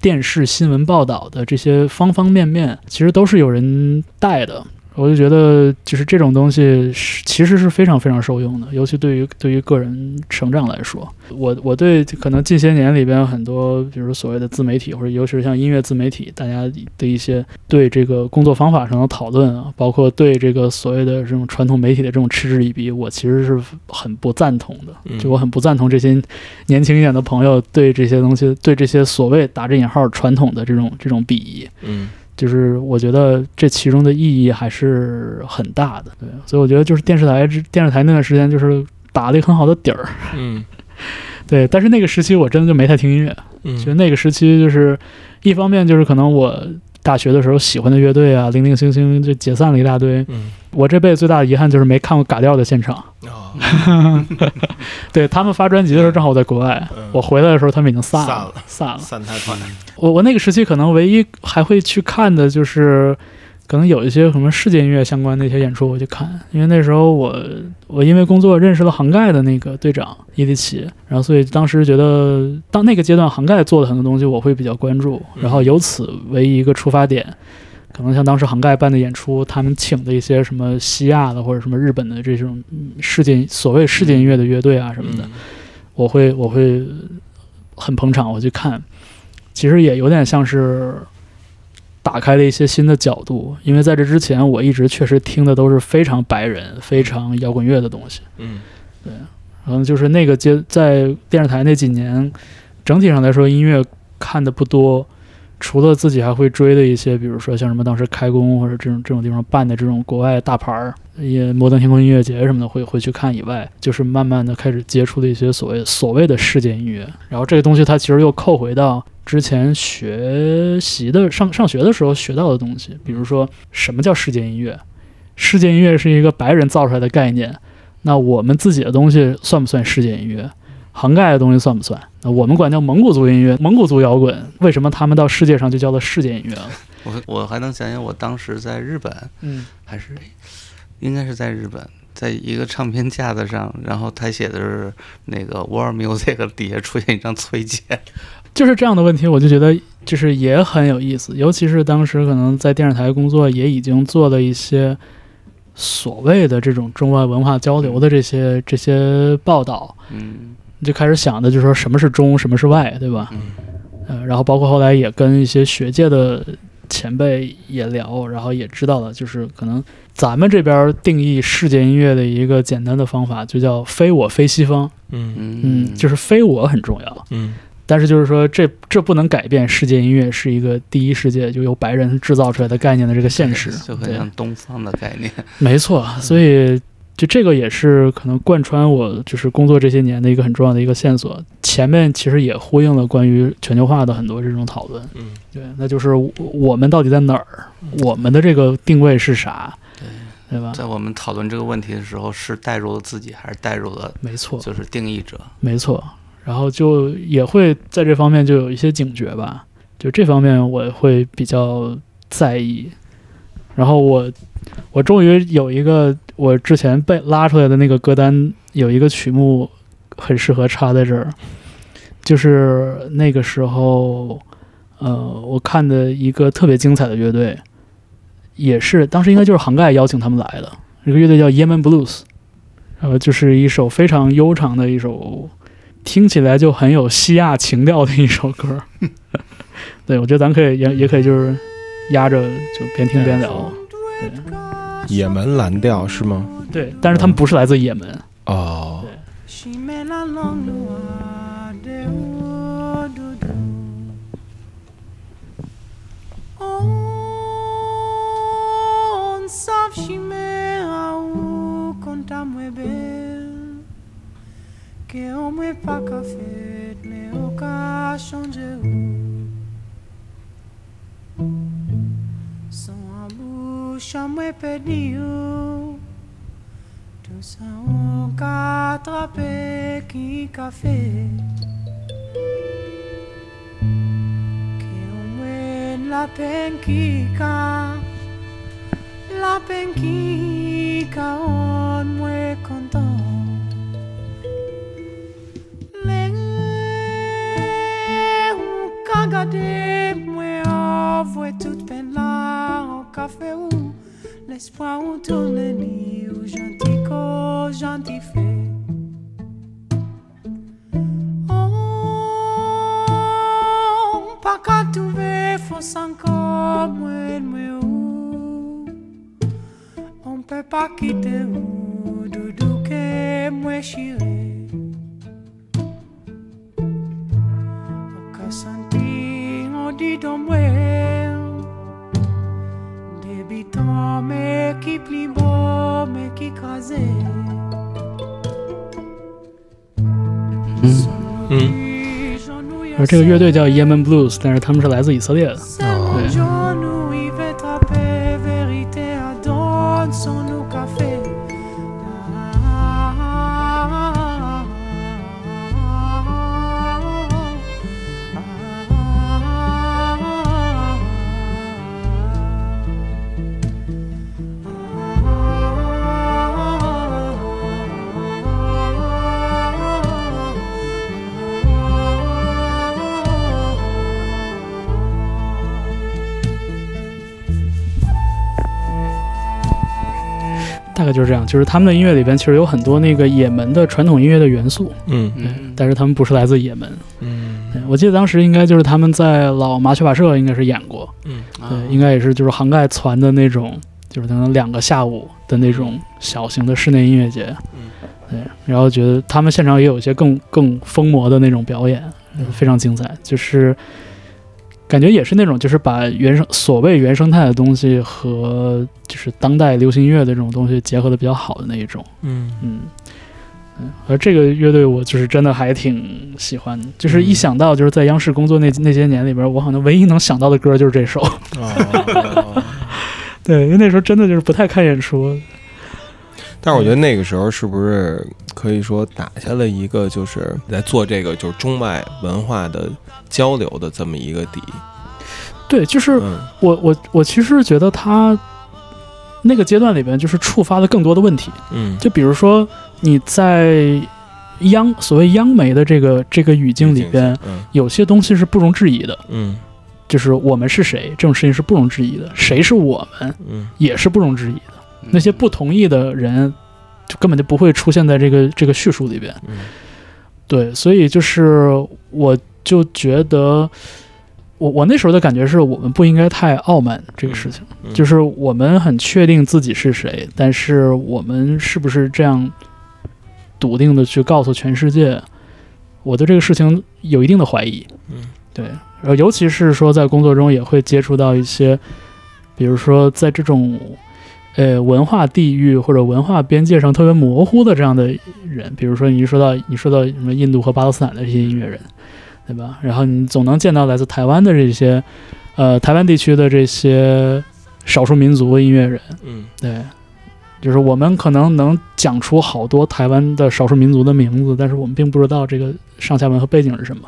[SPEAKER 2] 电视新闻报道的这些方方面面，其实都是有人带的。我就觉得，就是这种东西是其实是非常非常受用的，尤其对于对于个人成长来说，我我对可能近些年里边很多，比如所谓的自媒体，或者尤其是像音乐自媒体，大家的一些对这个工作方法上的讨论啊，包括对这个所谓的这种传统媒体的这种嗤之以鼻，我其实是很不赞同的。
[SPEAKER 1] 嗯
[SPEAKER 2] 就我很不赞同这些年轻一点的朋友对这些东西，对这些所谓打着引号传统的这种这种鄙夷。
[SPEAKER 1] 嗯
[SPEAKER 2] 就是我觉得这其中的意义还是很大的，对，所以我觉得就是电视台之电视台那段时间就是打了一个很好的底儿，
[SPEAKER 1] 嗯
[SPEAKER 2] 对。但是那个时期我真的就没太听音乐，觉得
[SPEAKER 1] 嗯
[SPEAKER 2] 那个时期就是一方面就是可能我大学的时候喜欢的乐队啊，零零星星就解散了一大堆。
[SPEAKER 1] 嗯
[SPEAKER 2] 我这辈子最大的遗憾就是没看过嘎调的现场，
[SPEAKER 1] 啊，
[SPEAKER 2] 对他们发专辑的时候正好我在国外，
[SPEAKER 1] 嗯
[SPEAKER 2] 我回来的时候他们已经散
[SPEAKER 1] 散
[SPEAKER 2] 了，散了。
[SPEAKER 1] 散太快，
[SPEAKER 2] 我我那个时期可能唯一还会去看的就是，可能有一些什么世界音乐相关的一些演出我去看，因为那时候我我因为工作认识了杭盖的那个队长伊里奇，然后所以当时觉得到那个阶段杭盖做的很多东西我会比较关注，然后由此为一个出发点。可能像当时杭盖办的演出，他们请的一些什么西亚的或者什么日本的这种嗯世界所谓世界音乐的乐队啊什么的，我会我会很捧场，我去看，其实也有点像是打开了一些新的角度，因为在这之前我一直确实听的都是非常白人、非常摇滚乐的东西，
[SPEAKER 1] 嗯
[SPEAKER 2] 然后就是那个阶在电视台那几年，整体上来说音乐看的不多。除了自己还会追的一些，比如说像什么当时开工或者这种这种地方办的这种国外大牌儿，也摩登天空音乐节什么的会会去看以外，就是慢慢的开始接触的一些所谓所谓的世界音乐。然后这个东西它其实又扣回到之前学习的上上学的时候学到的东西，比如说什么叫世界音乐？世界音乐是一个白人造出来的概念，那我们自己的东西算不算世界音乐？涵盖的东西算不算？那我们管叫蒙古族音乐、蒙古族摇滚，为什么他们到世界上就叫做世界音乐了？
[SPEAKER 3] 我我还能想起我当时在日本，
[SPEAKER 2] 嗯
[SPEAKER 3] 还是应该是在日本，在一个唱片架子上，然后他写的是那个 War Music 底下出现一张崔健，
[SPEAKER 2] 就是这样的问题，我就觉得就是也很有意思，尤其是当时可能在电视台工作，也已经做了一些所谓的这种中外文化交流的这些这些报道，
[SPEAKER 3] 嗯
[SPEAKER 2] 你就开始想的就是说什么是中，什么是外，对吧？
[SPEAKER 3] 嗯
[SPEAKER 2] 呃，然后包括后来也跟一些学界的前辈也聊，然后也知道了，就是可能咱们这边定义世界音乐的一个简单的方法，就叫非我非西方，
[SPEAKER 1] 嗯
[SPEAKER 3] 嗯
[SPEAKER 2] 嗯，就是非我很重要。
[SPEAKER 1] 嗯
[SPEAKER 2] 但是就是说这，这不能改变世界音乐是一个第一世界就由白人制造出来的概念的这个现实，
[SPEAKER 3] 就很
[SPEAKER 2] 对，
[SPEAKER 3] 像东方的概 念，
[SPEAKER 2] 没错。所以就这个也是可能贯穿我就是工作这些年的一个很重要的一个线索。前面其实也呼应了关于全球化的很多这种讨论，
[SPEAKER 1] 嗯
[SPEAKER 2] 对，那就是我我们到底在哪儿，我们的这个定位是啥，对吧？
[SPEAKER 3] 在我们讨论这个问题的时候，是带入了自己，还是带入了
[SPEAKER 2] 没错，
[SPEAKER 3] 就是定义者？
[SPEAKER 2] 没错，然后就也会在这方面就有一些警觉吧，就这方面我会比较在意。然后我我终于有一个我之前被拉出来的那个歌单有一个曲目很适合插在这儿，就是那个时候，呃，我看的一个特别精彩的乐队，也是当时应该就是杭盖邀请他们来的，这个乐队叫 Yemen Blues，然后就是一首非常悠长的一首，听起来就很有西亚情调的一首歌。对，我觉得咱可以也也可以就是压着就边听边聊。
[SPEAKER 1] 也门蓝调是吗？
[SPEAKER 2] 对，但是他们不是来自也门，
[SPEAKER 1] 哦，
[SPEAKER 4] She may not long know what they would do. On sav she may au contam we bel. Que o me pa ka fet me o ka chanje ou. Son a bouche a me pedi ou. Tout ça on qu'a attrapé qui qu'a fait Que on mène la peine qui qu'a La peine qui qu'a on moins content Les ou qu'a gardé moins envoie toute peine là au café ou Laisse-moi où tourne ni où gentil co, gentil fait. Oh, pas qu'à trouver fausse encore, moi, moi, où. On peut pas quitter où, doudou que moi chiré. Aucun senti, on dit dans moi. Debitan mais qui plie beau, mais qui crasé.
[SPEAKER 2] 而这个乐队
[SPEAKER 4] 嗯
[SPEAKER 2] 叫 Yemen Blues，但是他们是来自以色列的。
[SPEAKER 4] Seulement John ou Yvette Rappé, vérité à donne son nous café. Ah, ah, ah, ah, ah,
[SPEAKER 2] 大概就是这样，就是他们的音乐里边其实有很多那个也门的传统音乐的元素，
[SPEAKER 1] 嗯
[SPEAKER 3] 嗯，
[SPEAKER 2] 但是他们不是来自也门。
[SPEAKER 1] 嗯
[SPEAKER 2] 对我记得当时应该就是他们在老麻雀瓦舍应该是演过，
[SPEAKER 1] 嗯
[SPEAKER 3] 啊
[SPEAKER 2] 对，应该也是就是杭盖传的那种，就是可能两个下午的那种小型的室内音乐节。
[SPEAKER 1] 嗯，
[SPEAKER 2] 对，然后觉得他们现场也有一些更更疯魔的那种表演，
[SPEAKER 1] 嗯
[SPEAKER 2] 非常精彩，就是。感觉也是那种，就是把原生所谓原生态的东西和就是当代流行音乐的这种东西结合的比较好的那一种。
[SPEAKER 1] 嗯
[SPEAKER 2] 嗯，嗯，而这个乐队我就是真的还挺喜欢的，就是一
[SPEAKER 1] 嗯
[SPEAKER 2] 想到就是在央视工作那那些年里边，我好像唯一能想到的歌就是这首。
[SPEAKER 1] 哦。
[SPEAKER 2] 对，因为那时候真的就是不太看演出。
[SPEAKER 1] 但是我觉得那个时候是不是可以说打下了一个就是在做这个就是中外文化的交流的这么一个底？
[SPEAKER 2] 对，就是
[SPEAKER 1] 嗯
[SPEAKER 2] 我我我其实觉得他那个阶段里边就是触发了更多的问题，
[SPEAKER 1] 嗯，
[SPEAKER 2] 就比如说你在央所谓央媒的这个这个语境里边，
[SPEAKER 1] 嗯
[SPEAKER 2] 有些东西是不容置疑的，
[SPEAKER 1] 嗯
[SPEAKER 2] 就是我们是谁这种事情是不容置疑的，谁是我们
[SPEAKER 1] 嗯
[SPEAKER 2] 也是不容置疑的。那
[SPEAKER 3] 嗯
[SPEAKER 2] 些不同意的人，就根本就不会出现在这个这个叙述里边。
[SPEAKER 1] 嗯
[SPEAKER 2] 对，所以就是我就觉得，我我那时候的感觉是我们不应该太傲慢这个事情，
[SPEAKER 1] 嗯，
[SPEAKER 2] 就是我们很确定自己是谁，但是我们是不是这样笃定的去告诉全世界，我对这个事情有一定的怀疑。
[SPEAKER 1] 嗯
[SPEAKER 2] 对，然呃后尤其是说在工作中也会接触到一些，比如说在这种呃文化地域或者文化边界上特别模糊的这样的人，比如说你说到你说到什么印度和巴勒斯坦的这些音乐人，对吧？然后你总能见到来自台湾的这些呃台湾地区的这些少数民族音乐人，
[SPEAKER 1] 嗯
[SPEAKER 2] 对。就是我们可能能讲出好多台湾的少数民族的名字，但是我们并不知道这个上下文和背景是什么。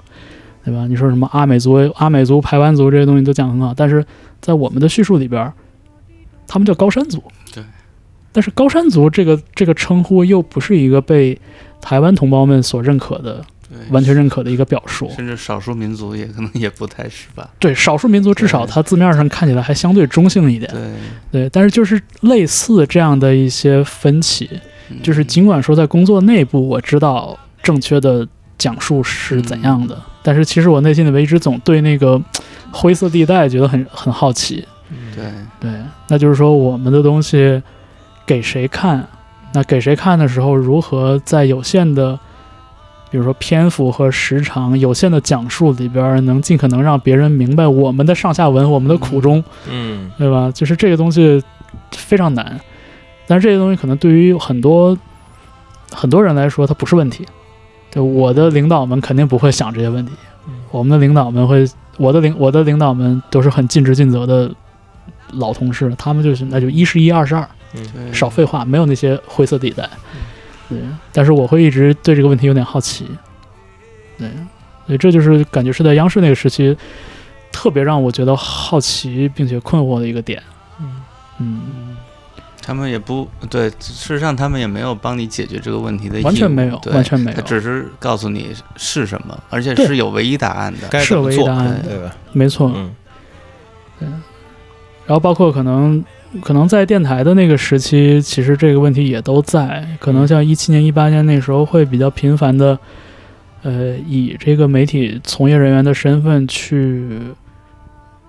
[SPEAKER 2] 对吧？你说什么阿美族、阿美族、排湾族这些东西都讲得很好，但是在我们的叙述里边儿，他们叫高山族。
[SPEAKER 3] 对。
[SPEAKER 2] 但是高山族这个这个称呼又不是一个被台湾同胞们所认可的、
[SPEAKER 3] 对
[SPEAKER 2] 完全认可的一个表述。
[SPEAKER 3] 甚至少数民族也可能也不太是吧？
[SPEAKER 2] 对，少数民族至少
[SPEAKER 3] 对
[SPEAKER 2] 它字面上看起来还相对中性一点。
[SPEAKER 3] 对，
[SPEAKER 2] 对，但是就是类似这样的一些分歧，
[SPEAKER 3] 嗯
[SPEAKER 2] 就是尽管说在工作内部我知道正确的讲述是怎样的，但是其实我内心里面一直总对那个灰色地带觉得很很好奇。
[SPEAKER 3] 对，
[SPEAKER 2] 对，那就是说我们的东西给谁看？那给谁看的时候，如何在有限的，比如说篇幅和时长有限的讲述里边儿，能尽可能让别人明白我们的上下文、我们的苦衷，
[SPEAKER 1] 嗯
[SPEAKER 2] 对吧？就是这个东西非常难，但是这些东西可能对于很多很多人来说，它不是问题。对我的领导们肯定不会想这些问题，我们的领导们会，我的领我的领导们都是很尽职尽责的老同事，他们就是那就一是一，二是二，
[SPEAKER 3] 对
[SPEAKER 2] 少废话，没有那些灰色地带。对，但是我会一直对这个问题有点好奇。对，所以这就是感觉是在央视那个时期，特别让我觉得好奇并且困惑的一个点。
[SPEAKER 1] 嗯
[SPEAKER 2] 嗯，
[SPEAKER 3] 他们也不对，事实上他们也没有帮你解决这个问
[SPEAKER 1] 嗯
[SPEAKER 3] 题的义务，
[SPEAKER 2] 完全没有，
[SPEAKER 3] 对
[SPEAKER 2] 完全没
[SPEAKER 3] 他
[SPEAKER 2] 有，
[SPEAKER 3] 只是告诉你是什么，而且
[SPEAKER 2] 对
[SPEAKER 3] 是有唯一答案的。
[SPEAKER 1] 该
[SPEAKER 2] 是
[SPEAKER 1] 怎么
[SPEAKER 2] 唯一
[SPEAKER 1] 做
[SPEAKER 2] 答案的，
[SPEAKER 1] 对吧？
[SPEAKER 2] 没错。
[SPEAKER 1] 嗯
[SPEAKER 2] 然后包括可能可能在电台的那个时期，其实这个问题也都在。可能像一七年、一八年那时候，会比较频繁的，呃，以这个媒体从业人员的身份去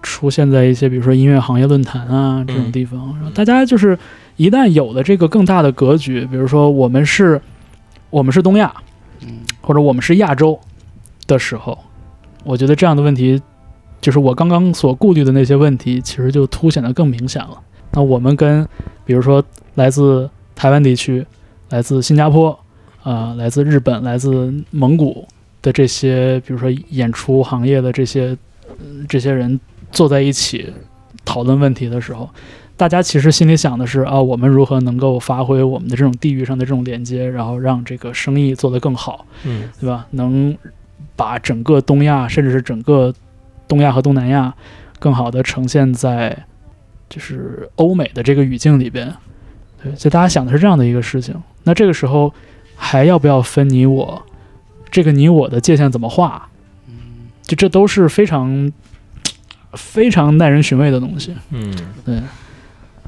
[SPEAKER 2] 出现在一些，比如说音乐行业论坛啊这种地方。然后大家就是一旦有了这个更大的格局，比如说我们是，我们是东亚，
[SPEAKER 3] 嗯
[SPEAKER 2] 或者我们是亚洲的时候，我觉得这样的问题，就是我刚刚所顾虑的那些问题，其实就凸显得更明显了。那我们跟，比如说来自台湾地区、来自新加坡、啊、来自日本、来自蒙古的这些，比如说演出行业的这些、呃这些人坐在一起讨论问题的时候。大家其实心里想的是啊，我们如何能够发挥我们的这种地域上的这种连接，然后让这个生意做得更好，
[SPEAKER 1] 嗯
[SPEAKER 2] 对吧？能把整个东亚，甚至是整个东亚和东南亚，更好的呈现在就是欧美的这个语境里边。对，所以大家想的是这样的一个事情。那这个时候还要不要分你我？这个你我的界限怎么画？
[SPEAKER 3] 嗯，
[SPEAKER 2] 就这都是非常非常耐人寻味的东西。
[SPEAKER 1] 嗯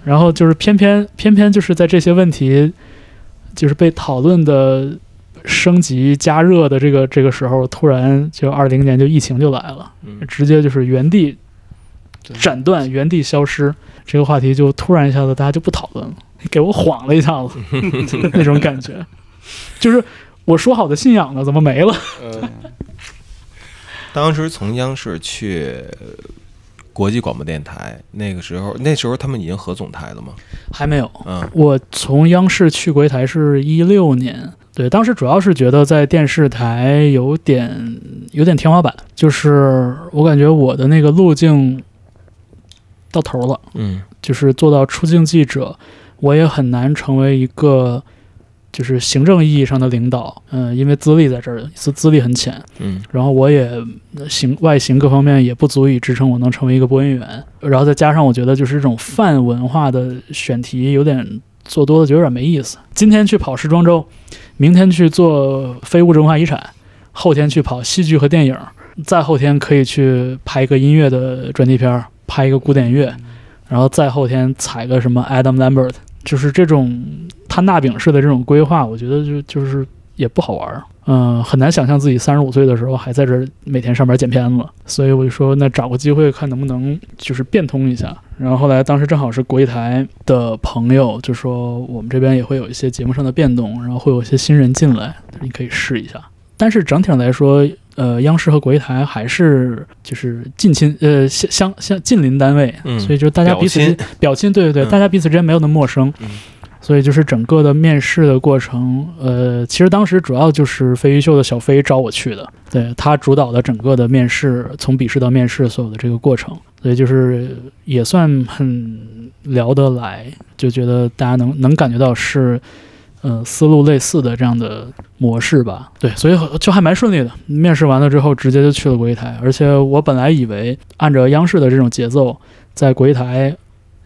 [SPEAKER 2] 然后就是偏偏偏偏就是在这些问题，就是被讨论的升级加热的这个这个时候，突然就二零年就疫情就来了，
[SPEAKER 1] 嗯
[SPEAKER 2] 直接就是原地
[SPEAKER 3] 对
[SPEAKER 2] 斩断、原地消失，这个话题就突然一下子大家就不讨论了，给我晃了一下子，那种感觉，就是我说好的信仰呢，怎么没了？
[SPEAKER 3] 呃
[SPEAKER 1] 当时从央视去国际广播电台，那个时候那时候他们已经合总台了嘛，
[SPEAKER 2] 还没有，
[SPEAKER 1] 嗯
[SPEAKER 2] 我从央视去国台是一六年，对，当时主要是觉得在电视台有点有点天花板，就是我感觉我的那个路径到头了，
[SPEAKER 1] 嗯
[SPEAKER 2] 就是做到出镜记者，我也很难成为一个就是行政意义上的领导，嗯、因为资历在这儿，资资历很浅，
[SPEAKER 1] 嗯
[SPEAKER 2] 然后我也呃形外形各方面也不足以支撑我能成为一个播音员，然后再加上我觉得就是这种泛文化的选题有点做多了，就有点没意思。今天去跑时装周，明天去做非物质文化遗产，后天去跑戏剧和电影，再后天可以去拍一个音乐的专题片儿，拍一个古典乐，然后再后天踩个什么 Adam Lambert，就是这种摊大饼式的这种规划，我觉得就就是也不好玩儿。嗯，很难想象自己三十五岁的时候还在这儿每天上班剪片子，所以我就说，那找个机会看能不能就是变通一下。然后后来当时正好是国艺台的朋友就说，我们这边也会有一些节目上的变动，然后会有一些新人进来，你可以试一下。但是整体上来说，呃，央视和国艺台还是就是近亲呃相相相近邻单位，
[SPEAKER 1] 嗯
[SPEAKER 2] 所以就大家
[SPEAKER 1] 表
[SPEAKER 2] 彼此
[SPEAKER 1] 亲
[SPEAKER 2] 表亲，对对对，
[SPEAKER 1] 嗯
[SPEAKER 2] 大家彼此之间没有那么陌生，
[SPEAKER 1] 嗯
[SPEAKER 2] 所以就是整个的面试的过程，呃，其实当时主要就是飞鱼秀的小飞招我去的，对他主导了整个的面试，从笔试到面试所有的这个过程，所以就是也算很聊得来，就觉得大家能能感觉到是。呃，思路类似的这样的模式吧，对，所以就还蛮顺利的。面试完了之后，直接就去了国艺台，而且我本来以为按照央视的这种节奏，在国艺台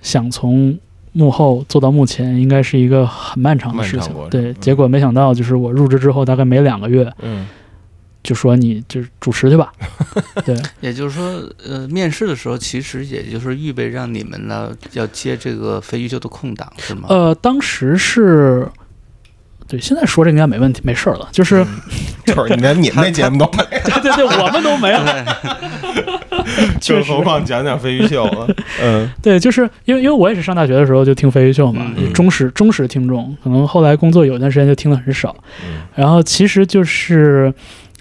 [SPEAKER 2] 想从幕后做到幕前，应该是一个很漫长的事
[SPEAKER 1] 漫长
[SPEAKER 2] 情
[SPEAKER 1] 过。程
[SPEAKER 2] 对，
[SPEAKER 1] 嗯
[SPEAKER 2] 结果没想到就是我入职之后，大概没两个月，
[SPEAKER 1] 嗯
[SPEAKER 2] 就说你就是主持去吧。 对，
[SPEAKER 3] 也就是说，呃，面试的时候其实也就是预备让你们呢要接这个非预秀的空档，是吗？
[SPEAKER 2] 呃，当时是。对，现在说这应该没问题，没事儿了。
[SPEAKER 1] 嗯
[SPEAKER 2] 就是，
[SPEAKER 1] 就是连你们那节目都
[SPEAKER 2] 对对对，我们都 没了。
[SPEAKER 3] 对，
[SPEAKER 2] 确
[SPEAKER 1] 更
[SPEAKER 2] 实
[SPEAKER 1] 何况讲讲飞鱼秀 了，嗯
[SPEAKER 2] 对，就是因为因为我也是上大学的时候就听飞鱼秀嘛，
[SPEAKER 1] 嗯
[SPEAKER 2] 忠实忠实听众，可能后来工作有一段时间就听的很少。
[SPEAKER 1] 嗯
[SPEAKER 2] 然后其实就是，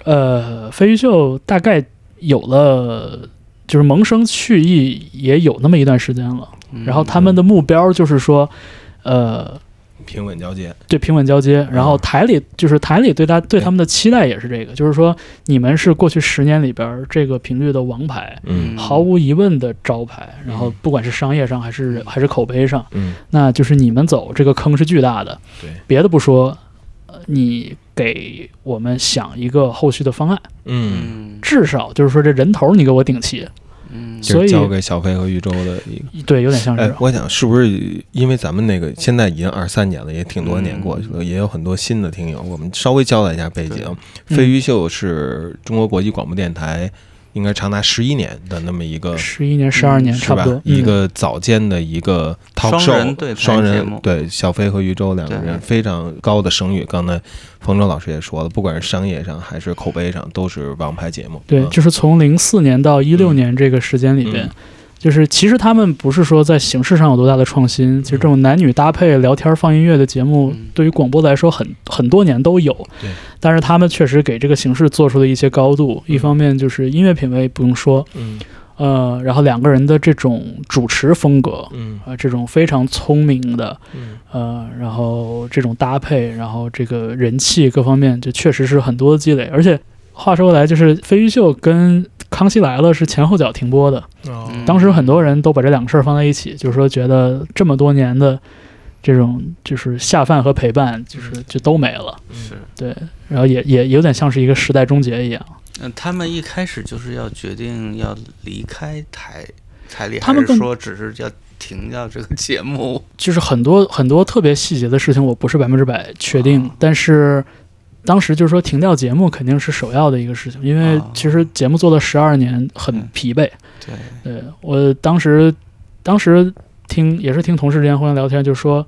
[SPEAKER 2] 呃，飞鱼秀大概有了，就是萌生去意也有那么一段时间了。
[SPEAKER 3] 嗯
[SPEAKER 2] 然后他们的目标就是说，呃，
[SPEAKER 1] 平稳交接，
[SPEAKER 2] 对平稳交接。然后台里就是台里对他对他们的期待也是这个，就是说你们是过去十年里边儿这个频率的王牌，
[SPEAKER 1] 嗯
[SPEAKER 2] 毫无疑问的招牌。然后不管是商业上还是还是口碑上，
[SPEAKER 1] 嗯
[SPEAKER 2] 那就是你们走这个坑是巨大的。
[SPEAKER 1] 对，
[SPEAKER 2] 别的不说，呃你给我们想一个后续的方案，
[SPEAKER 1] 嗯，
[SPEAKER 3] 嗯
[SPEAKER 2] 至少就是说这人头你给我顶齐。
[SPEAKER 3] 嗯
[SPEAKER 1] 就
[SPEAKER 2] 所
[SPEAKER 1] 是
[SPEAKER 2] 以
[SPEAKER 1] 交给小飞和玉州的一个。
[SPEAKER 2] 对，有点像
[SPEAKER 1] 哎
[SPEAKER 2] 是，。
[SPEAKER 1] 我想是不是因为咱们那个现在已经二三年了，也挺多年过去
[SPEAKER 2] 嗯
[SPEAKER 1] 了，也有很多新的
[SPEAKER 2] 嗯
[SPEAKER 1] 听友。我们稍微交代一下背景：
[SPEAKER 3] 对
[SPEAKER 1] 飞鱼秀是中国国际广播电台应该长达十一年的那么一个
[SPEAKER 2] 十一年、十二年
[SPEAKER 1] 呃是
[SPEAKER 2] 差不
[SPEAKER 1] 吧
[SPEAKER 2] 多，
[SPEAKER 1] 一
[SPEAKER 2] 嗯
[SPEAKER 1] 个早间的一个 talk
[SPEAKER 3] 双人
[SPEAKER 1] show，
[SPEAKER 3] 对谈
[SPEAKER 1] 双
[SPEAKER 3] 节
[SPEAKER 1] 人
[SPEAKER 3] 目
[SPEAKER 1] 对小飞和于周两个
[SPEAKER 3] 对
[SPEAKER 1] 人非常高的声誉。刚才冯舟老师也说了，不管是商业上还是口碑上，都是王牌节目。
[SPEAKER 2] 对，
[SPEAKER 1] 嗯
[SPEAKER 2] 就是从零四年到一六年这个时间里边，
[SPEAKER 1] 嗯
[SPEAKER 2] 就是其实他们不是说在形式上有多大的创新，其实这
[SPEAKER 1] 嗯
[SPEAKER 2] 种男女搭配聊天放音乐的节目
[SPEAKER 3] 嗯，
[SPEAKER 2] 对于广播来说很很多年都有
[SPEAKER 1] 对。
[SPEAKER 2] 但是他们确实给这个形式做出了一些高度，一方面就是音乐品味不用说，
[SPEAKER 1] 嗯
[SPEAKER 2] 呃，然后两个人的这种主持风格。
[SPEAKER 1] 嗯
[SPEAKER 2] 啊，这种非常聪明的，
[SPEAKER 1] 嗯
[SPEAKER 2] 呃，然后这种搭配，然后这个人气各方面，就确实是很多的积累。而且话说回来，就是《飞鱼秀》跟《康熙来了》是前后脚停播的，
[SPEAKER 1] 哦
[SPEAKER 3] 嗯
[SPEAKER 2] 当时很多人都把这两个事儿放在一起，就是说觉得这么多年的这种就是下饭和陪伴，就是就都没了。
[SPEAKER 1] 嗯
[SPEAKER 3] 是，
[SPEAKER 2] 对，然后也也有点像是一个时代终结一样。
[SPEAKER 3] 嗯、他们一开始就是要决定要离开台台里，
[SPEAKER 2] 他
[SPEAKER 3] 还
[SPEAKER 2] 们
[SPEAKER 3] 是
[SPEAKER 2] 更
[SPEAKER 3] 说只是要停掉这个节目？
[SPEAKER 2] 就是很多很多特别细节的事情，我不是百分之百确定，
[SPEAKER 3] 啊
[SPEAKER 2] 但是当时就是说停掉节目肯定是首要的一个事情，因为
[SPEAKER 3] 啊
[SPEAKER 2] 其实节目做了十二年，很
[SPEAKER 3] 嗯
[SPEAKER 2] 疲惫。
[SPEAKER 3] 对，
[SPEAKER 2] 对我当时当时听也是听同事之间互相聊天，就说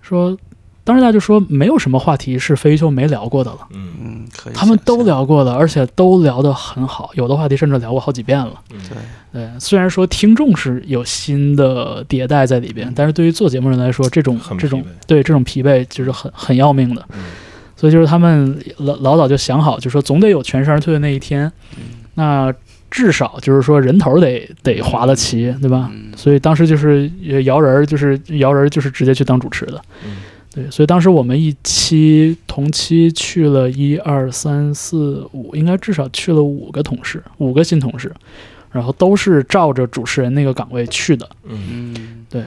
[SPEAKER 2] 说，当时大家就说没有什么话题是飞修没聊过的了。
[SPEAKER 1] 嗯
[SPEAKER 3] 嗯，可以。
[SPEAKER 2] 他们都，聊过了，而且都聊得很好，有的话题甚至聊过好几遍了。
[SPEAKER 3] 对，
[SPEAKER 1] 嗯
[SPEAKER 2] 对，虽然说听众是有新的迭代在里边
[SPEAKER 3] 嗯，
[SPEAKER 2] 但是对于做节目人来说，这种
[SPEAKER 1] 很疲
[SPEAKER 2] 这
[SPEAKER 1] 惫
[SPEAKER 2] 种对这种疲惫就是很很要命的。
[SPEAKER 1] 嗯
[SPEAKER 2] 所以就是他们老老早就想好，就说总得有全身而退的那一天。
[SPEAKER 1] 嗯
[SPEAKER 2] 那至少就是说人头得得划得齐，对吧？
[SPEAKER 3] 嗯，
[SPEAKER 2] 所以当时就是呃摇人，儿，就是摇人，儿，就是直接去当主持的。
[SPEAKER 1] 嗯
[SPEAKER 2] 对，所以当时我们一期同期去了一二三四五，应该至少去了五个同事，五个新同事，然后都是照着主持人那个岗位去的。
[SPEAKER 1] 嗯，
[SPEAKER 3] 嗯，
[SPEAKER 2] 对，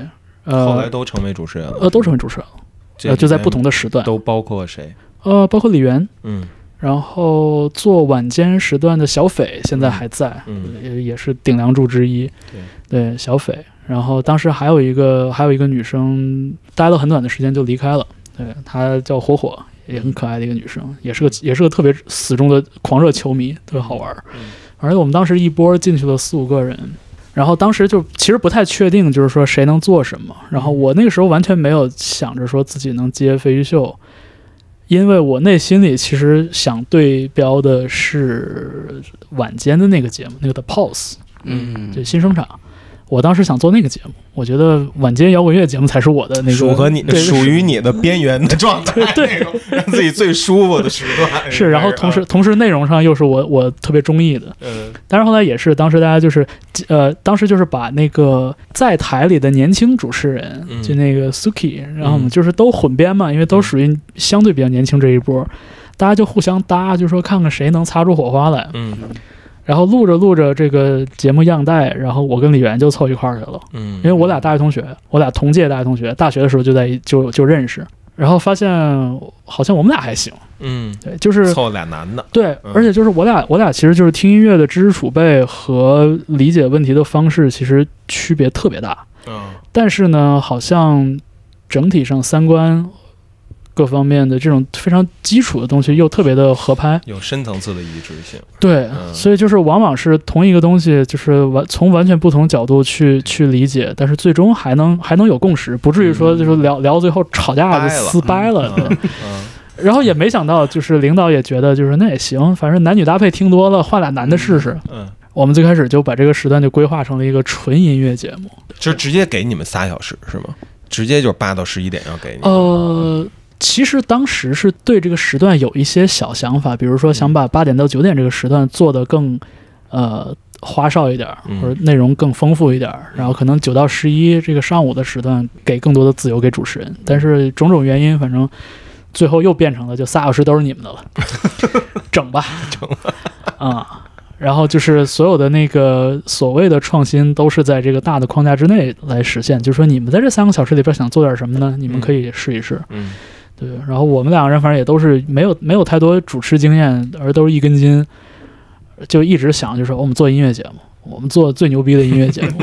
[SPEAKER 1] 后来
[SPEAKER 2] 呃，
[SPEAKER 1] 都成为主持人了，
[SPEAKER 2] 呃，都成为主持人了，
[SPEAKER 1] 这
[SPEAKER 2] 呃，就在
[SPEAKER 1] 里面
[SPEAKER 2] 不同的时段，
[SPEAKER 1] 都包括谁？
[SPEAKER 2] 呃，包括李源，
[SPEAKER 1] 嗯
[SPEAKER 2] 然后做晚间时段的小斐现在还在，
[SPEAKER 1] 嗯
[SPEAKER 2] 也也是顶梁柱之一。对，小斐。然后当时还有一个还有一个女生待了很短的时间就离开了，对，她叫火火，也很可爱的一个女生，也是个也是个特别死忠的狂热球迷，特别好玩儿。
[SPEAKER 1] 嗯
[SPEAKER 2] 而且我们当时一波进去了四五个人。然后当时就其实不太确定，就是说谁能做什么。然后我那个时候完全没有想着说自己能接飞鱼秀，因为我内心里其实想对标的是晚间的那个节目，那个的 Pulse，
[SPEAKER 3] 嗯，
[SPEAKER 2] 就新生场。我当时想做那个节目，我觉得晚间摇滚乐节目才是我的那个
[SPEAKER 1] 属和你
[SPEAKER 2] 对
[SPEAKER 1] 属于你的边缘的状态，
[SPEAKER 2] 对
[SPEAKER 1] 那种让自己最舒服的时段。
[SPEAKER 2] 是，然后同时
[SPEAKER 1] 啊，
[SPEAKER 2] 同时内容上又是我我特别中意的。
[SPEAKER 1] 嗯
[SPEAKER 2] 但是后来也是，当时大家就是呃，当时就是把那个在台里的年轻主持人，
[SPEAKER 1] 嗯
[SPEAKER 2] 就那个 Suki，然后我
[SPEAKER 1] 嗯
[SPEAKER 2] 们就是都混编嘛，因为都属于相对比较年轻这一波，大家就互相搭，就说看看谁能擦出火花来。
[SPEAKER 1] 嗯
[SPEAKER 2] 然后录着录着这个节目样带，然后我跟李源就凑一块儿去了，
[SPEAKER 1] 嗯，
[SPEAKER 2] 因为我俩大学同学，我俩同届大学同学，大学的时候就在一就就认识，然后发现好像我们俩还行，
[SPEAKER 1] 嗯
[SPEAKER 2] 对，就是
[SPEAKER 1] 凑俩男的，
[SPEAKER 2] 对，
[SPEAKER 1] 嗯
[SPEAKER 2] 而且就是我俩，我俩其实就是听音乐的知识储备和理解问题的方式，其实区别特别大。
[SPEAKER 1] 嗯
[SPEAKER 2] 但是呢，好像整体上三观各方面的这种非常基础的东西又特别的合拍。
[SPEAKER 1] 有深层次的一致性。
[SPEAKER 2] 对，
[SPEAKER 1] 嗯
[SPEAKER 2] 所以就是往往是同一个东西，就是完从完全不同角度
[SPEAKER 1] 嗯
[SPEAKER 2] 去去理解，但是最终还能还能有共识，不至于说
[SPEAKER 3] 嗯
[SPEAKER 2] 就是聊、聊到最后吵架就
[SPEAKER 1] 掰了
[SPEAKER 2] 撕掰了。对
[SPEAKER 1] 嗯嗯
[SPEAKER 2] 然后也没想到，就是领导也觉得就是那也行，反正男女搭配听多了，换俩男的试试。
[SPEAKER 1] 嗯，
[SPEAKER 2] 我们最开始就把这个时段就规划成了一个纯音乐节目。
[SPEAKER 1] 就直接给你们仨小时是吗？直接就是八到十一点要给你。
[SPEAKER 2] 呃，其实当时是对这个时段有一些小想法，比如说想把八点到九点这个时段做得更呃花哨一点儿，
[SPEAKER 1] 嗯
[SPEAKER 2] 或者内容更丰富一点儿，然后可能九到十一这个上午的时段给更多的自由给主持人，但是种种原因，反正最后又变成了就仨小时都是你们的了，整吧，整吧，啊、然后就是所有的那个所谓的创新，都是在这个大的框架之内来实现。就是说，你们在这三个小时里边想做点什么呢？你们可以试一试。
[SPEAKER 1] 嗯
[SPEAKER 2] 对，然后我们两个人反正也都是没有没有太多主持经验，而都是一根筋，就一直想就是我们做音乐节目，我们做最牛逼的音乐节目。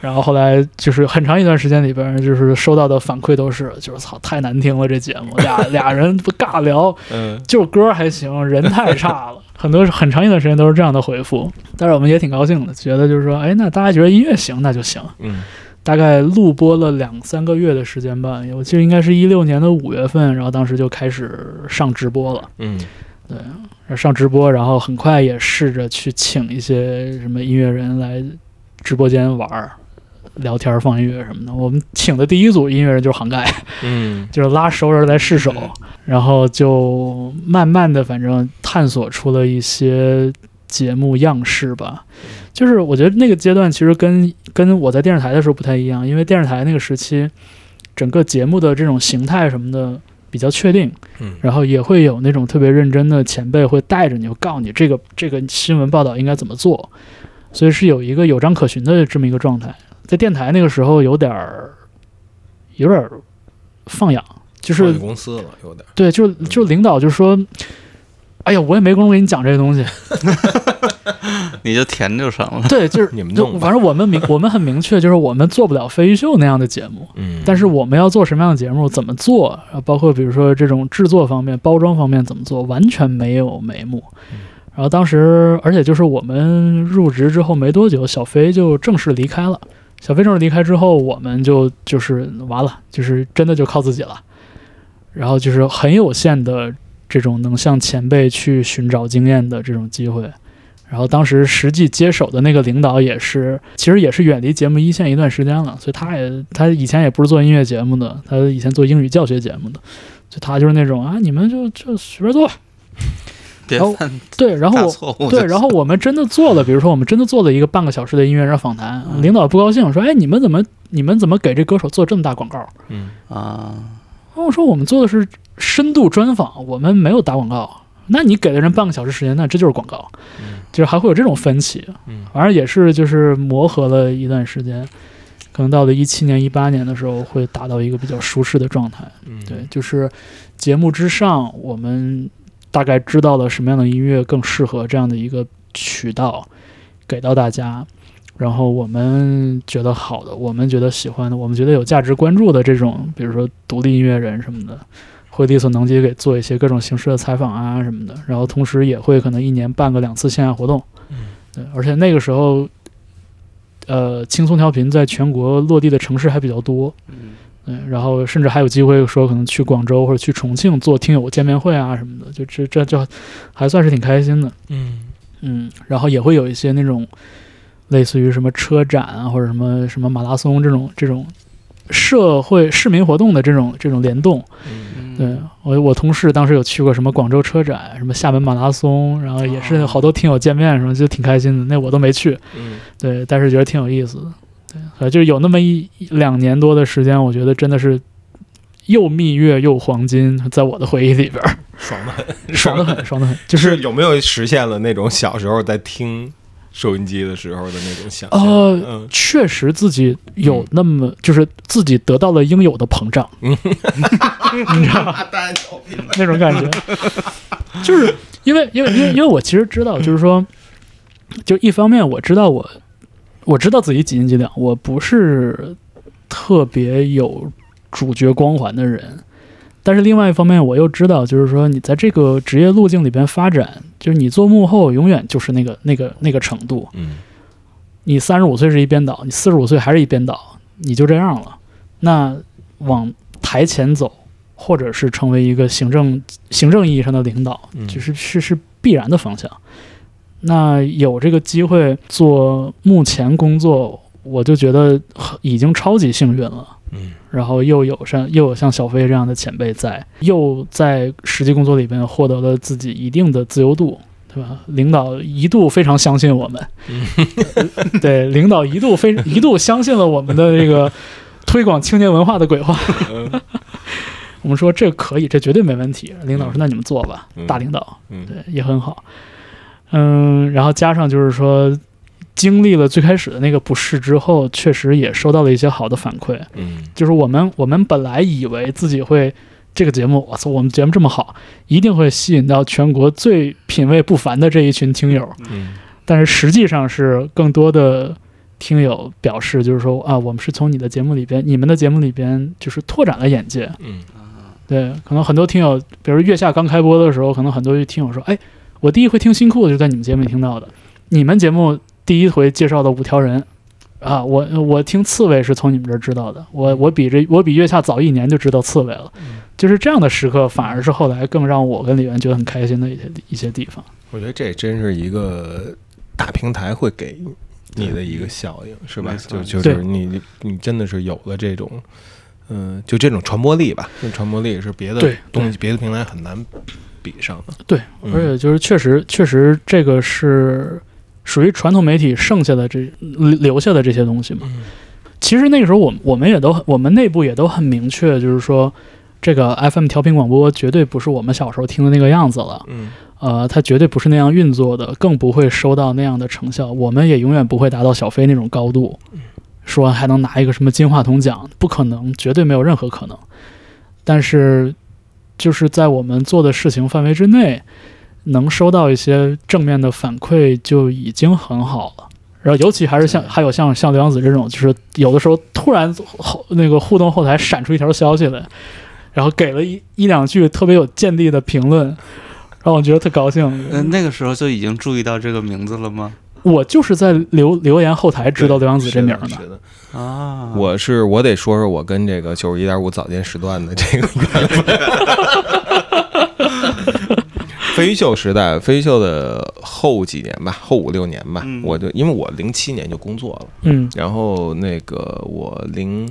[SPEAKER 2] 然后后来就是很长一段时间里边，就是收到的反馈都是，就是操太难听了这节目，俩俩人不尬聊，
[SPEAKER 1] 嗯
[SPEAKER 2] 就是歌还行，人太差了。很多很长一段时间都是这样的回复，但是我们也挺高兴的，觉得就是说，哎，那大家觉得音乐行，那就行。
[SPEAKER 1] 嗯
[SPEAKER 2] 大概录播了两三个月的时间吧，我记得应该是一六年的五月份，然后当时就开始上直播了。
[SPEAKER 1] 嗯
[SPEAKER 2] 上直播，然后很快也试着去请一些什么音乐人来直播间玩儿、聊天儿、放音乐什么的。我们请的第一组音乐人就是杭盖，
[SPEAKER 1] 嗯
[SPEAKER 2] 就是拉熟人来试手，然后就慢慢的，反正探索出了一些节目样式吧。就是我觉得那个阶段其实跟跟我在电视台的时候不太一样，因为电视台那个时期，整个节目的这种形态什么的比较确定，
[SPEAKER 1] 嗯
[SPEAKER 2] 然后也会有那种特别认真的前辈会带着你，会告诉你这个这个新闻报道应该怎么做，所以是有一个有章可循的这么一个状态。在电台那个时候有点儿，有点儿放养，就
[SPEAKER 1] 创
[SPEAKER 2] 是
[SPEAKER 1] 业公司了，有点儿
[SPEAKER 2] 对，就就领导就说：“哎呀，我也没工夫给你讲这些东西。
[SPEAKER 3] 你就填就成了”。
[SPEAKER 2] 对，就是
[SPEAKER 1] 你们
[SPEAKER 2] 就
[SPEAKER 1] 弄吧
[SPEAKER 2] 反正我们明 我们很明确，就是我们做不了飞鱼秀那样的节目，
[SPEAKER 1] 嗯，
[SPEAKER 2] 但是我们要做什么样的节目，怎么做，啊包括比如说这种制作方面、包装方面怎么做，完全没有眉目。然后当时，而且就是我们入职之后没多久，小飞就正式离开了。小飞正式离开之后，我们就就是完了，就是真的就靠自己了。然后就是很有限的这种能向前辈去寻找经验的这种机会。然后当时实际接手的那个领导也是，其实也是远离节目一线一段时间了，所以他也他以前也不是做音乐节目的，他以前做英语教学节目的，所以他就是那种啊，你们就就随便做，
[SPEAKER 3] 别
[SPEAKER 2] 然后
[SPEAKER 3] 犯
[SPEAKER 2] 对，然后
[SPEAKER 3] 大
[SPEAKER 2] 我
[SPEAKER 3] 错误就
[SPEAKER 2] 对，
[SPEAKER 3] 行。
[SPEAKER 2] 然后我们真的做了，比如说我们真的做了一个半个小时的音乐人访谈，
[SPEAKER 3] 嗯
[SPEAKER 2] 领导不高兴说：“哎，你们怎么你们怎么给这歌手做这么大广告？”
[SPEAKER 1] 嗯
[SPEAKER 3] 啊，
[SPEAKER 2] 然后我说：“我们做的是深度专访，我们没有打广告。”那你给了人半个小时时间，那这就是广告，
[SPEAKER 1] 嗯
[SPEAKER 2] 就是还会有这种分歧。
[SPEAKER 1] 嗯
[SPEAKER 2] 反正也是就是磨合了一段时间，可能到了一七年、一八年的时候，会达到一个比较舒适的状态。
[SPEAKER 1] 嗯，
[SPEAKER 2] 对，就是节目之上，我们大概知道了什么样的音乐更适合这样的一个渠道给到大家，然后我们觉得好的，我们觉得喜欢的，我们觉得有价值关注的这种，比如说独立音乐人什么的。会力所能及给做一些各种形式的采访啊什么的，然后同时也会可能一年办个两次线下活动，
[SPEAKER 1] 嗯
[SPEAKER 2] 对，而且那个时候，呃，轻松调频在全国落地的城市还比较多，
[SPEAKER 3] 嗯
[SPEAKER 2] 嗯，然后甚至还有机会说可能去广州或者去重庆做听友见面会啊什么的，就这这就还算是挺开心的。
[SPEAKER 1] 嗯
[SPEAKER 2] 嗯，然后也会有一些那种类似于什么车展啊或者什么什么马拉松这种这种社会市民活动的这种这种联动。
[SPEAKER 1] 嗯
[SPEAKER 3] 嗯
[SPEAKER 2] 对我我同事当时有去过什么广州车展、什么厦门马拉松，然后也是
[SPEAKER 3] 哦
[SPEAKER 2] 好多听友见面什么，就挺开心的。那我都没去，
[SPEAKER 1] 嗯
[SPEAKER 2] 对，但是觉得挺有意思的。对，呃，就是有那么一一两年多的时间，我觉得真的是又蜜月又黄金，在我的回忆里边儿，
[SPEAKER 1] 爽的
[SPEAKER 2] 爽得很，爽得很。
[SPEAKER 1] 就
[SPEAKER 2] 就
[SPEAKER 1] 是是有没有实现了那种小时候在听收音机的时候的那种想象？
[SPEAKER 2] 呃
[SPEAKER 1] 嗯，
[SPEAKER 2] 确实自己有那么，就是自己得到了应有的膨胀，你知道吗？那种感觉，就是因为因为因为因为我其实知道，就是说，就一方面我知道我我知道自己几斤几两，我不是特别有主角光环的人。但是另外一方面，我又知道，就是说你在这个职业路径里边发展，就是你做幕后，永远就是那个那个那个程度。
[SPEAKER 1] 嗯
[SPEAKER 2] 你三十五岁是一编导，你四十五岁还是一编导，你就这样了。那往台前走，或者是成为一个行政行政意义上的领导，
[SPEAKER 1] 嗯
[SPEAKER 2] 就是是是必然的方向。那有这个机会做目前工作，我就觉得很已经超级幸运了。
[SPEAKER 1] 嗯
[SPEAKER 2] 然后又有像又有像小飞这样的前辈在，又在实际工作里边获得了自己一定的自由度，对吧？领导一度非常相信我们， 对，领导一度非 一度相信了我们的这个推广青年文化的鬼话。 我们说这可以，这绝对没问题。领导说：“
[SPEAKER 1] 嗯
[SPEAKER 2] 那你们做吧。
[SPEAKER 1] 嗯
[SPEAKER 2] 大领导，
[SPEAKER 1] 嗯
[SPEAKER 2] 对，也很好。嗯，然后加上就是说，经历了最开始的那个不适之后，确实也收到了一些好的反馈。
[SPEAKER 1] 嗯
[SPEAKER 2] 就是我们我们本来以为自己会这个节目，我操，我们节目这么好，一定会吸引到全国最品味不凡的这一群听友。
[SPEAKER 1] 嗯
[SPEAKER 2] 但是实际上是更多的听友表示，就是说啊，我们是从你的节目里边，你们的节目里边，就是拓展了眼界。
[SPEAKER 1] 嗯，
[SPEAKER 2] 对，可能很多听友，比如月下刚开播的时候，可能很多听友说，哎，我第一回听新裤子就在你们节目里听到的，你们节目第一回介绍的五条人。啊，我我听刺猬是从你们这儿知道的，我我比这我比月下早一年就知道刺猬了，就是这样的时刻，反而是后来更让我跟李源觉得很开心的一些一些地方。
[SPEAKER 1] 我觉得这真是一个大平台会给你的一个效应，是吧
[SPEAKER 3] 没？错
[SPEAKER 1] 就就
[SPEAKER 2] 对
[SPEAKER 1] 是你你真的是有了这种，嗯、就这种传播力吧，这传播力是别的
[SPEAKER 2] 对
[SPEAKER 1] 东西、别的平台很难比上的。
[SPEAKER 2] 对，
[SPEAKER 1] 嗯
[SPEAKER 2] 而且就是确实确实这个是属于传统媒体剩下的这留留下的这些东西嘛。
[SPEAKER 1] 嗯
[SPEAKER 2] 其实那个时候我们我们也都很我们内部也都很明确，就是说这个 FM 调频广播绝对不是我们小时候听的那个样子了，
[SPEAKER 1] 嗯
[SPEAKER 2] 呃，它绝对不是那样运作的，更不会收到那样的成效，我们也永远不会达到小飞那种高度，说还能拿一个什么金话筒奖，不可能，绝对没有任何可能。但是就是在我们做的事情范围之内，能收到一些正面的反馈就已经很好了。然后，尤其还是像
[SPEAKER 3] 对
[SPEAKER 2] 还有像像刘洋子这种，就是有的时候突然后那个互动后台闪出一条消息来，然后给了一一两句特别有见地的评论，让我觉得特高
[SPEAKER 3] 呃，
[SPEAKER 2] 兴。
[SPEAKER 3] 那个时候就已经注意到这个名字了吗？
[SPEAKER 2] 我就是在留留言后台知道
[SPEAKER 1] 对
[SPEAKER 2] 刘洋子这名儿
[SPEAKER 1] 是的是的
[SPEAKER 3] 啊，
[SPEAKER 1] 我是我得说说我跟这个九十一点五早间时段的这个缘 分。飞鱼秀时代，飞鱼秀的后几年吧，后五六年吧，
[SPEAKER 3] 嗯
[SPEAKER 1] 我就因为我零七年就工作了，
[SPEAKER 2] 嗯
[SPEAKER 1] 然后那个我零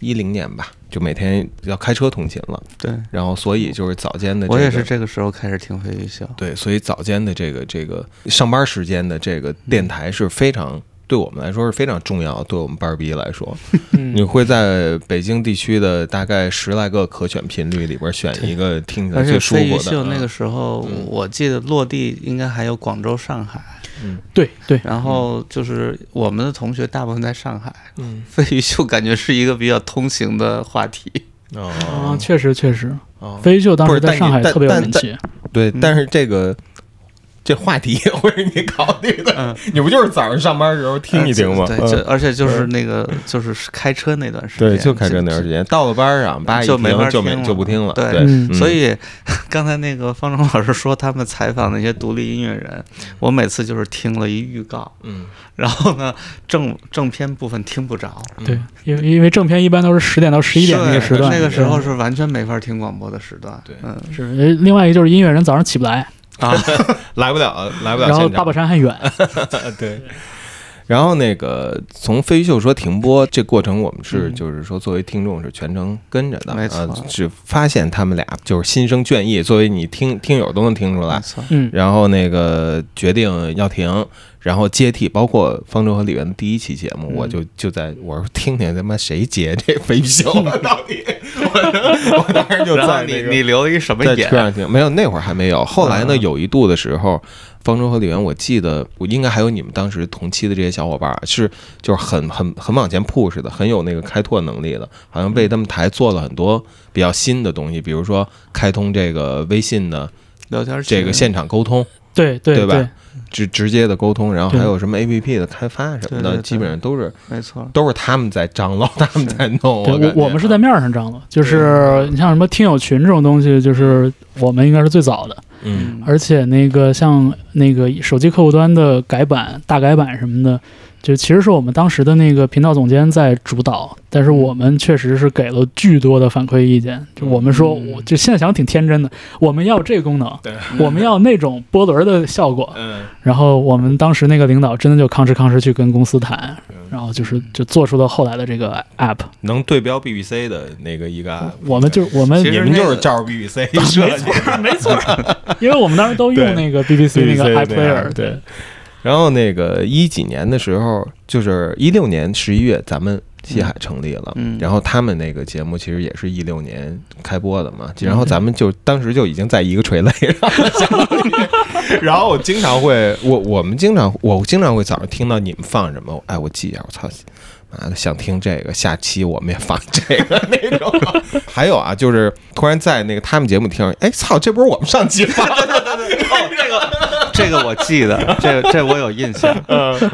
[SPEAKER 1] 一零年吧，就每天要开车通勤了，
[SPEAKER 3] 对
[SPEAKER 1] 然后所以就是早间的、这个，
[SPEAKER 3] 我也是这个时候开始听飞鱼秀，
[SPEAKER 1] 对，所以早间的这个这个上班时间的这个电台是非常对我们来说是非常重要，对我们班儿逼来说，你
[SPEAKER 2] 嗯，
[SPEAKER 1] 会在北京地区的大概十来个可选频率里边选一个听起来
[SPEAKER 3] 而
[SPEAKER 1] 最
[SPEAKER 3] 且
[SPEAKER 1] 舒
[SPEAKER 3] 飞鱼
[SPEAKER 1] 服的
[SPEAKER 3] 秀
[SPEAKER 1] 啊。
[SPEAKER 3] 那个时候，
[SPEAKER 1] 嗯
[SPEAKER 3] 我记得落地应该还有广州、上海，
[SPEAKER 1] 嗯
[SPEAKER 2] 对对，
[SPEAKER 3] 然后就是我们的同学大部分在上海，
[SPEAKER 1] 嗯
[SPEAKER 3] 飞鱼秀感觉是一个比较通行的话题。
[SPEAKER 2] 啊，
[SPEAKER 1] 哦
[SPEAKER 2] 确实确实，
[SPEAKER 1] 哦，
[SPEAKER 2] 飞秀当
[SPEAKER 1] 不
[SPEAKER 2] 时
[SPEAKER 1] 是
[SPEAKER 2] 在
[SPEAKER 1] 但
[SPEAKER 2] 上
[SPEAKER 1] 你
[SPEAKER 2] 海
[SPEAKER 1] 但
[SPEAKER 2] 特别有
[SPEAKER 1] 但
[SPEAKER 2] 名
[SPEAKER 1] 但
[SPEAKER 2] 气。
[SPEAKER 1] 对，
[SPEAKER 3] 嗯
[SPEAKER 1] 但是这个这话题也会是你考虑的
[SPEAKER 3] 嗯，
[SPEAKER 1] 你不就是早上上班的时候听一听吗？
[SPEAKER 3] 对，
[SPEAKER 1] 嗯
[SPEAKER 3] 就而且就是那个就是开车那段时间，
[SPEAKER 1] 对，就开这那段时
[SPEAKER 3] 间。
[SPEAKER 1] 间，到了班上叭一
[SPEAKER 3] 就没
[SPEAKER 1] 停
[SPEAKER 3] 法
[SPEAKER 1] 就
[SPEAKER 3] 听
[SPEAKER 1] 没
[SPEAKER 3] 了
[SPEAKER 1] 就不听了，
[SPEAKER 3] 对
[SPEAKER 1] 对，
[SPEAKER 2] 嗯
[SPEAKER 1] 嗯
[SPEAKER 3] 所以刚才那个方程老师说他们采访那些独立音乐人，我每次就是听了一预告，
[SPEAKER 1] 嗯
[SPEAKER 3] 然后呢正正片部分听不着，
[SPEAKER 1] 嗯
[SPEAKER 2] 对，因为因为正片一般都是十点到十一点那个时段，
[SPEAKER 3] 对那个时候
[SPEAKER 2] 嗯
[SPEAKER 3] 是完全没法听广播的时段。
[SPEAKER 1] 对
[SPEAKER 3] 嗯
[SPEAKER 2] 是呃另外一个就是音乐人早上起不来，
[SPEAKER 3] 啊，
[SPEAKER 1] 来不了来不了现场，
[SPEAKER 2] 然后八宝山还远，
[SPEAKER 1] 对。然后那个从飞鱼秀说停播这过程，我们是
[SPEAKER 3] 嗯
[SPEAKER 1] 就是说作为听众是全程跟着的，
[SPEAKER 3] 没错
[SPEAKER 1] 呃只发现他们俩就是心生倦意，作为你听听友都能听出
[SPEAKER 3] 没
[SPEAKER 1] 来。
[SPEAKER 3] 错，
[SPEAKER 2] 嗯，
[SPEAKER 1] 然后那个决定要停，然后接替，包括方舟和李源的第一期节目，
[SPEAKER 3] 嗯
[SPEAKER 1] 我就就在我说听听他妈谁接这飞鱼秀 啊到底，我我当时就
[SPEAKER 3] 然后
[SPEAKER 1] 在
[SPEAKER 3] 你
[SPEAKER 1] 那个
[SPEAKER 3] 你留了一什么
[SPEAKER 1] 在
[SPEAKER 3] 眼
[SPEAKER 1] 车？上听，没有那会儿还没有。后来呢，
[SPEAKER 3] 啊
[SPEAKER 1] 有一度的时候，方舟和李源，我记得我应该还有你们当时同期的这些小伙伴儿，是就是很很很往前 push 的，很有那个开拓能力的，好像为他们台做了很多比较新的东西，比如说开通这个微信的
[SPEAKER 3] 聊天
[SPEAKER 1] 这个
[SPEAKER 3] 现
[SPEAKER 1] 现场沟通，
[SPEAKER 2] 对对
[SPEAKER 1] 对吧直直接的沟通，然后还有什么 APP 的开发什么
[SPEAKER 3] 对对
[SPEAKER 1] 的，
[SPEAKER 3] 对
[SPEAKER 1] 基本上都是
[SPEAKER 3] 没错，
[SPEAKER 1] 都是他们在张罗， 他们在弄。
[SPEAKER 2] 对
[SPEAKER 1] 感觉啊
[SPEAKER 2] 我我们是在面儿上张罗，就是你像什么听友群这种东西，就是我们应该是最早的，
[SPEAKER 1] 嗯
[SPEAKER 2] 而且那个像那个手机客户端的改版、大改版什么的，就其实是我们当时的那个频道总监在主导，但是我们确实是给了巨多的反馈意见，就我们说，
[SPEAKER 3] 嗯
[SPEAKER 2] 我就现在想挺天真的，我们要这个功能，我们要那种波轮的效果，
[SPEAKER 1] 嗯
[SPEAKER 2] 然后我们当时那个领导真的就吭哧吭哧去跟公司谈，
[SPEAKER 3] 嗯
[SPEAKER 2] 然后就是就做出了后来的这个 app。
[SPEAKER 1] 能对标 BBC 的那个一个 app，
[SPEAKER 2] 我们就是我们
[SPEAKER 3] 其实
[SPEAKER 1] 你们就
[SPEAKER 3] 那
[SPEAKER 1] 是
[SPEAKER 3] 个
[SPEAKER 1] 照着 BBC
[SPEAKER 2] 没
[SPEAKER 1] 设
[SPEAKER 2] 错
[SPEAKER 1] 计的。
[SPEAKER 2] 没错，因为我们当时都用那个 BBC 那
[SPEAKER 1] BBC
[SPEAKER 2] 个
[SPEAKER 1] 那
[SPEAKER 2] iPlayer，
[SPEAKER 1] 样对，然后那个一几年的时候，就是一六年十一月，咱们西海成立了，
[SPEAKER 3] 嗯
[SPEAKER 1] 然后他们那个节目其实也是一六年开播的嘛，然后咱们就当时就已经在一个垂类上了， 相当于然后我经常会，我我们经常我经常会早上听到你们放什么，哎，我记一下，我操。妈的，想听这个，下期我们也放这个那种。 还有啊，就是突然在那个他们节目听，哎，操，这不是我们上期放的
[SPEAKER 3] 这个这个我记得，这个这我有印 象。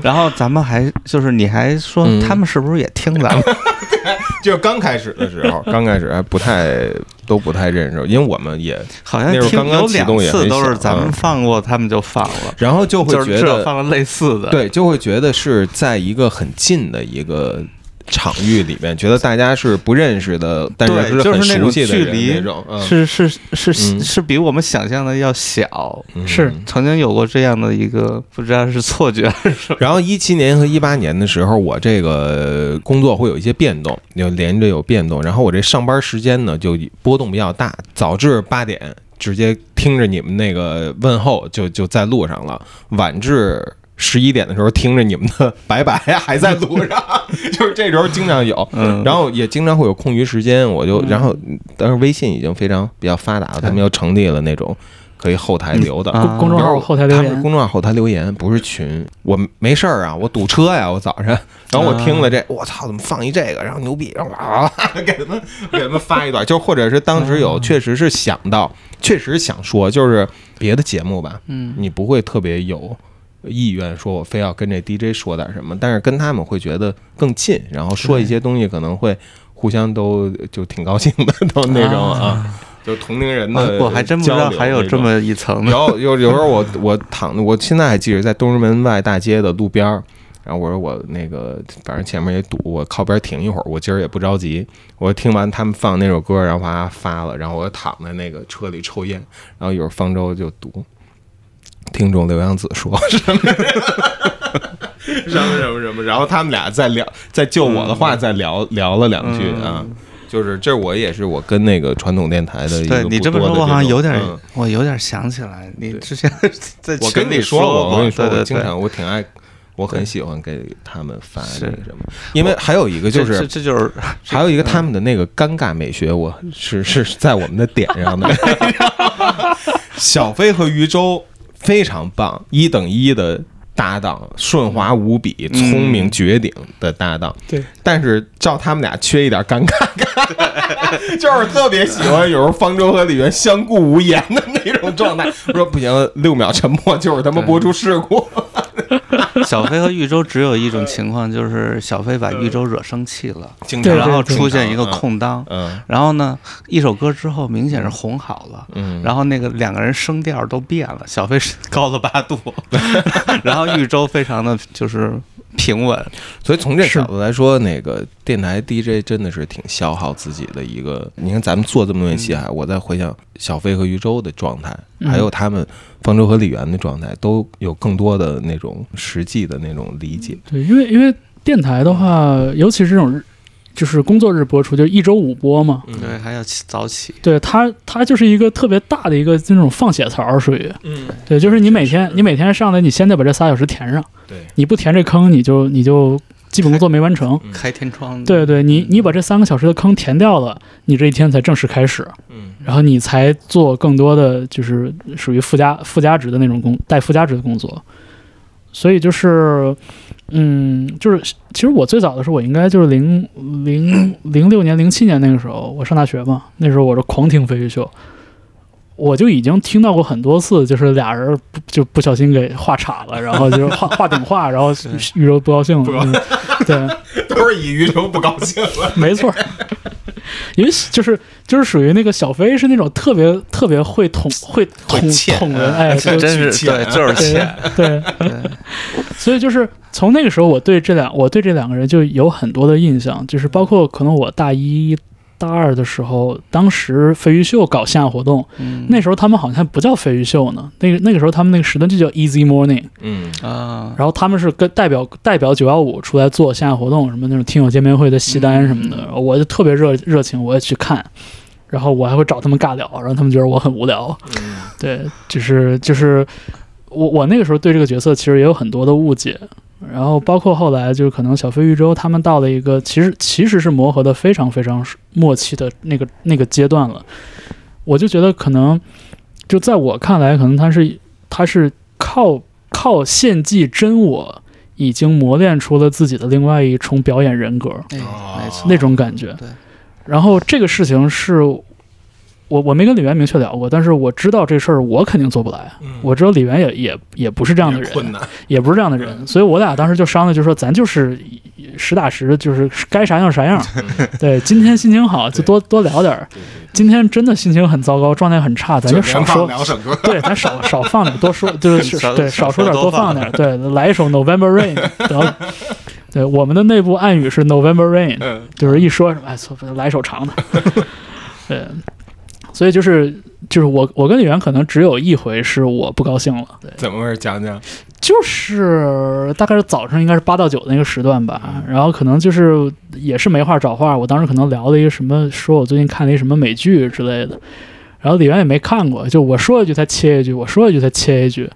[SPEAKER 3] 然后咱们还就是你还说
[SPEAKER 1] 嗯
[SPEAKER 3] 他们是不是也听咱们？
[SPEAKER 1] 就是刚开始的时候，刚开始还不太都不太认识，因为我们也，
[SPEAKER 3] 好像
[SPEAKER 1] 那会儿
[SPEAKER 3] 听
[SPEAKER 1] 刚刚
[SPEAKER 3] 有
[SPEAKER 1] 启
[SPEAKER 3] 两
[SPEAKER 1] 动也
[SPEAKER 3] 次
[SPEAKER 1] 没
[SPEAKER 3] 都是
[SPEAKER 1] 想
[SPEAKER 3] 咱们
[SPEAKER 1] 嗯
[SPEAKER 3] 放过，他们就放了，
[SPEAKER 1] 然后就会
[SPEAKER 3] 就是
[SPEAKER 1] 觉
[SPEAKER 3] 至少
[SPEAKER 1] 得，
[SPEAKER 3] 放了类似的。
[SPEAKER 1] 对，就会觉得是在一个很近的一个场域里面，觉得大家是不认识的，但
[SPEAKER 3] 对
[SPEAKER 1] 是
[SPEAKER 3] 就是
[SPEAKER 1] 很
[SPEAKER 3] 那
[SPEAKER 1] 熟
[SPEAKER 3] 种
[SPEAKER 1] 悉的
[SPEAKER 3] 距
[SPEAKER 1] 人
[SPEAKER 3] 离
[SPEAKER 1] 那种，嗯
[SPEAKER 3] 是是是是
[SPEAKER 1] 嗯
[SPEAKER 3] 是比我们想象的要小。
[SPEAKER 1] 嗯
[SPEAKER 2] 是
[SPEAKER 3] 曾经有过这样的一个，不知道是错觉还是
[SPEAKER 1] 然后一七年和一八年的时候，我这个工作会有一些变动，有连着有变动。然后我这上班时间呢就波动比较大，早至八点直接听着你们那个问候就就在路上了，晚至。十一点的时候听着你们的拜拜还在路上， 就是这时候经常有，
[SPEAKER 3] 嗯
[SPEAKER 1] 然后也经常会有空余时间，我就
[SPEAKER 2] 嗯
[SPEAKER 1] 然后但是微信已经非常比较发达了，他们又成立了那种可以后台留的，
[SPEAKER 3] 嗯啊
[SPEAKER 2] 公公众号后台留
[SPEAKER 1] 他们
[SPEAKER 2] 言
[SPEAKER 1] 公，众号后台留言，不是群。我没事儿啊，我堵车呀，我早
[SPEAKER 2] 啊
[SPEAKER 1] 上，然后我听了这，我操，怎么放一这个，然后牛逼，然后哇，给他们给他们发一段，就或者是当时
[SPEAKER 2] 嗯
[SPEAKER 1] 有确实是想到，确实想说，就是别的节目吧，
[SPEAKER 2] 嗯，
[SPEAKER 1] 你不会特别有意愿说我非要跟这 DJ 说点什么，但是跟他们会觉得更近，然后说一些东西可能会互相都就挺高兴的，都那种啊，就同龄人呃的交流那
[SPEAKER 3] 我
[SPEAKER 1] 种，
[SPEAKER 3] 还真啊不知道还有这么一层呢。
[SPEAKER 1] 有有有时候我我躺着，我现在还记着在东直门外大街的路边儿，然后我说我那个反正前面也堵，我靠边停一会儿，我今儿也不着急。我听完他们放那首歌，然后把它发了，然后我躺在那个车里抽烟，然后一会儿方舟就读。听众刘洋子说什么 什么什么什么，然后他们俩在聊，在就我的话再聊聊了两句啊，就是这我也是我跟那个传统电台的一个
[SPEAKER 3] 对你
[SPEAKER 1] 不
[SPEAKER 3] 这么
[SPEAKER 1] 多
[SPEAKER 3] 说，
[SPEAKER 1] 的
[SPEAKER 3] 我好像
[SPEAKER 1] 种
[SPEAKER 3] 有点
[SPEAKER 1] 嗯，
[SPEAKER 3] 我有点想起来，你之前 在
[SPEAKER 1] 我
[SPEAKER 3] 群
[SPEAKER 1] 跟
[SPEAKER 3] 里
[SPEAKER 1] 你
[SPEAKER 3] 说
[SPEAKER 1] 过，我跟你说，
[SPEAKER 3] 对
[SPEAKER 1] 我
[SPEAKER 3] 对
[SPEAKER 1] 经
[SPEAKER 3] 对，
[SPEAKER 1] 常我挺爱，我很喜欢给他们发
[SPEAKER 3] 是
[SPEAKER 1] 那个什么，因为还有一个就
[SPEAKER 3] 这这
[SPEAKER 1] 是。
[SPEAKER 3] 这就是
[SPEAKER 1] 还有一个他们的那个尴尬美学，我是是是在我们的点上的。小飞和于周非常棒，一等一的搭档，顺滑无比，
[SPEAKER 3] 嗯
[SPEAKER 1] 聪明绝顶的搭档。
[SPEAKER 2] 对，
[SPEAKER 1] 但是照他们俩缺一点尴尬 感，就是特别喜欢有时候方舟和李源相顾无言的那种状态。我说不行，六秒沉默就是他妈播出事故。
[SPEAKER 3] 小飞和豫州只有一种情况，就是小飞把豫州惹生气 了，
[SPEAKER 1] 经
[SPEAKER 2] 对
[SPEAKER 1] 常
[SPEAKER 2] 对
[SPEAKER 3] 然后
[SPEAKER 2] 对
[SPEAKER 3] 出现一个，空档，
[SPEAKER 1] 嗯
[SPEAKER 3] 然后呢，一首歌之后明显是哄好了。
[SPEAKER 1] 嗯，
[SPEAKER 3] 然后那个两个人声调都变了，小飞是高了八度， 然后豫州非常的就是平稳，
[SPEAKER 1] 所以从这
[SPEAKER 2] 是
[SPEAKER 1] 角度来说，那个电台 DJ 真的是挺消耗自己的一个。你看咱们做这么多年戏海，我再回想小飞和于周的状态，
[SPEAKER 2] 嗯
[SPEAKER 1] 还有他们方舟和李源的状态，都有更多的那种实际的那种理解。
[SPEAKER 2] 对，因为因为电台的话，尤其是这种日就是工作日播出，就一周五播嘛，
[SPEAKER 1] 嗯
[SPEAKER 3] 对，还要起早起，
[SPEAKER 2] 对它它就是一个特别大的一个那种放血槽，属于
[SPEAKER 1] 嗯，
[SPEAKER 2] 对，就是你每天你每天上来，你先得把这仨小时填上，
[SPEAKER 1] 对，
[SPEAKER 2] 你不填这坑，你就你就基本工作没完成。
[SPEAKER 1] 嗯
[SPEAKER 3] 开天窗，
[SPEAKER 2] 对对，你你把这三个小时的坑填掉了，你这一天才正式开始，
[SPEAKER 1] 嗯
[SPEAKER 2] 然后你才做更多的就是属于附加附加值的那种工带附加值的工作。所以就是，嗯，就是其实我最早的时候，我应该就是零零零六年、零七年那个时候，我上大学嘛，那时候我是狂听飞鱼秀。我就已经听到过很多次，就是俩人不就不小心给话岔了，然后就是话话顶话，然后宇宙不高兴了，嗯对，
[SPEAKER 1] 都是以于周不高兴了。
[SPEAKER 2] 没错儿，因为就是就是属于那个小飞是那种特别特别会捅会捅
[SPEAKER 1] 会欠
[SPEAKER 2] 捅人，哎，
[SPEAKER 3] 这
[SPEAKER 2] 就
[SPEAKER 3] 真是
[SPEAKER 1] 起来
[SPEAKER 3] 对，就是起
[SPEAKER 2] 对
[SPEAKER 3] 来
[SPEAKER 2] 对，
[SPEAKER 3] 对，
[SPEAKER 2] 所以就是从那个时候，我对这两我对这两个人就有很多的印象，就是包括可能我大一大二的时候，当时飞鱼秀搞线下活动，
[SPEAKER 3] 嗯
[SPEAKER 2] 那时候他们好像不叫飞鱼秀呢，那个那个时候他们那个时段就叫 Easy Morning，
[SPEAKER 1] 嗯，
[SPEAKER 3] 啊，
[SPEAKER 2] 然后他们是跟代表代表九幺五出来做线下活动，什么那种听友见面会的西单什么的，我就特别热热情，我也去看，然后我还会找他们尬聊，让他们觉得我很无聊。
[SPEAKER 3] 嗯
[SPEAKER 2] 对，就是就是我我那个时候对这个角色其实也有很多的误解，然后包括后来就是可能小飞玉州他们到了一个其实其实是磨合的非常非常默契的那个那个阶段了，我就觉得可能就在我看来，可能他是他是靠靠献祭真我。已经磨练出了自己的另外一重表
[SPEAKER 3] 哦
[SPEAKER 2] 演人格
[SPEAKER 3] 哎没错，
[SPEAKER 2] 那种感觉
[SPEAKER 3] 对，
[SPEAKER 2] 然后这个事情是我我没跟李源明确聊过，但是我知道这事儿我肯定做不来。我知道李源也也也不是这样的人，
[SPEAKER 1] 困难，
[SPEAKER 2] 也不是这样的人，所以我俩当时就商量，就说咱就是实打实，就是该啥样啥样。 对，今天心情好就多多聊点儿，今天真的心情很糟糕，状态很差，咱就少说。
[SPEAKER 1] 聊省说，
[SPEAKER 2] 对，咱少少放点，多说就是
[SPEAKER 3] 少
[SPEAKER 2] 对
[SPEAKER 3] 少
[SPEAKER 2] 少说点，
[SPEAKER 3] 多
[SPEAKER 2] 多放
[SPEAKER 3] 放
[SPEAKER 2] 点，对，来一首 November Rain，得。对，我们的内部暗语是 November Rain，
[SPEAKER 1] 嗯
[SPEAKER 2] 就是一说什么，哎，错来一首长的。 对，所以就是就是我我跟李源可能只有一回是我不高兴了，对，
[SPEAKER 1] 怎么回事？讲讲，
[SPEAKER 2] 就是大概是早上应该是八到九的那个时段吧，然后可能就是也是没话找话，我当时可能聊了一个什么，说我最近看了一什么美剧之类的。然后李源也没看过，就我说一句他切一句，我说一句他切一句，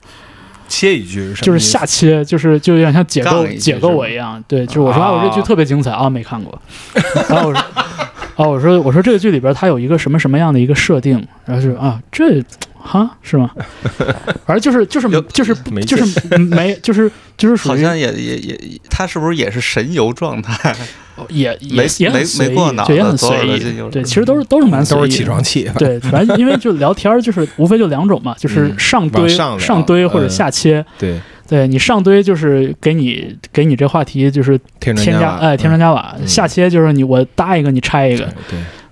[SPEAKER 1] 切一句什么
[SPEAKER 2] 就是
[SPEAKER 1] 意思
[SPEAKER 2] 下切，就是就有点像解
[SPEAKER 3] 杠
[SPEAKER 2] 构
[SPEAKER 3] 了一句
[SPEAKER 2] 解构我一样。对，就是我说
[SPEAKER 1] 啊
[SPEAKER 2] 啊，我这剧特别精彩啊，没看过。然后我说 啊，我说我说这个剧里边它有一个什么什么样的一个设定，然后就是啊这。哈是吗？反正就是就是
[SPEAKER 3] 有
[SPEAKER 2] 就是
[SPEAKER 1] 没劲
[SPEAKER 2] 就是没就是就是属
[SPEAKER 3] 好
[SPEAKER 2] 于
[SPEAKER 3] 像也也也，他是不是也是神游状态？
[SPEAKER 2] 也
[SPEAKER 3] 没
[SPEAKER 2] 也也
[SPEAKER 3] 没
[SPEAKER 2] 很随
[SPEAKER 3] 没
[SPEAKER 2] 意
[SPEAKER 3] 过脑，子
[SPEAKER 2] 对也很
[SPEAKER 3] 左耳
[SPEAKER 2] 随
[SPEAKER 3] 朵
[SPEAKER 2] 意
[SPEAKER 3] 进右耳，
[SPEAKER 2] 对，其实都是都是蛮随意
[SPEAKER 1] 都
[SPEAKER 2] 的
[SPEAKER 1] 是起床气，
[SPEAKER 2] 对，反正因为就聊天儿就是无非就两种嘛，就是
[SPEAKER 3] 嗯
[SPEAKER 2] 上
[SPEAKER 1] 往
[SPEAKER 2] 堆
[SPEAKER 1] 上聊
[SPEAKER 2] 上堆或者
[SPEAKER 1] 嗯
[SPEAKER 2] 下切，
[SPEAKER 1] 对，
[SPEAKER 2] 对你上堆就是给你给你这话题就是
[SPEAKER 1] 添砖
[SPEAKER 2] 添加
[SPEAKER 1] 瓦，
[SPEAKER 2] 哎添砖加瓦，
[SPEAKER 1] 嗯
[SPEAKER 2] 下切就是你我搭一个你拆一个，
[SPEAKER 1] 嗯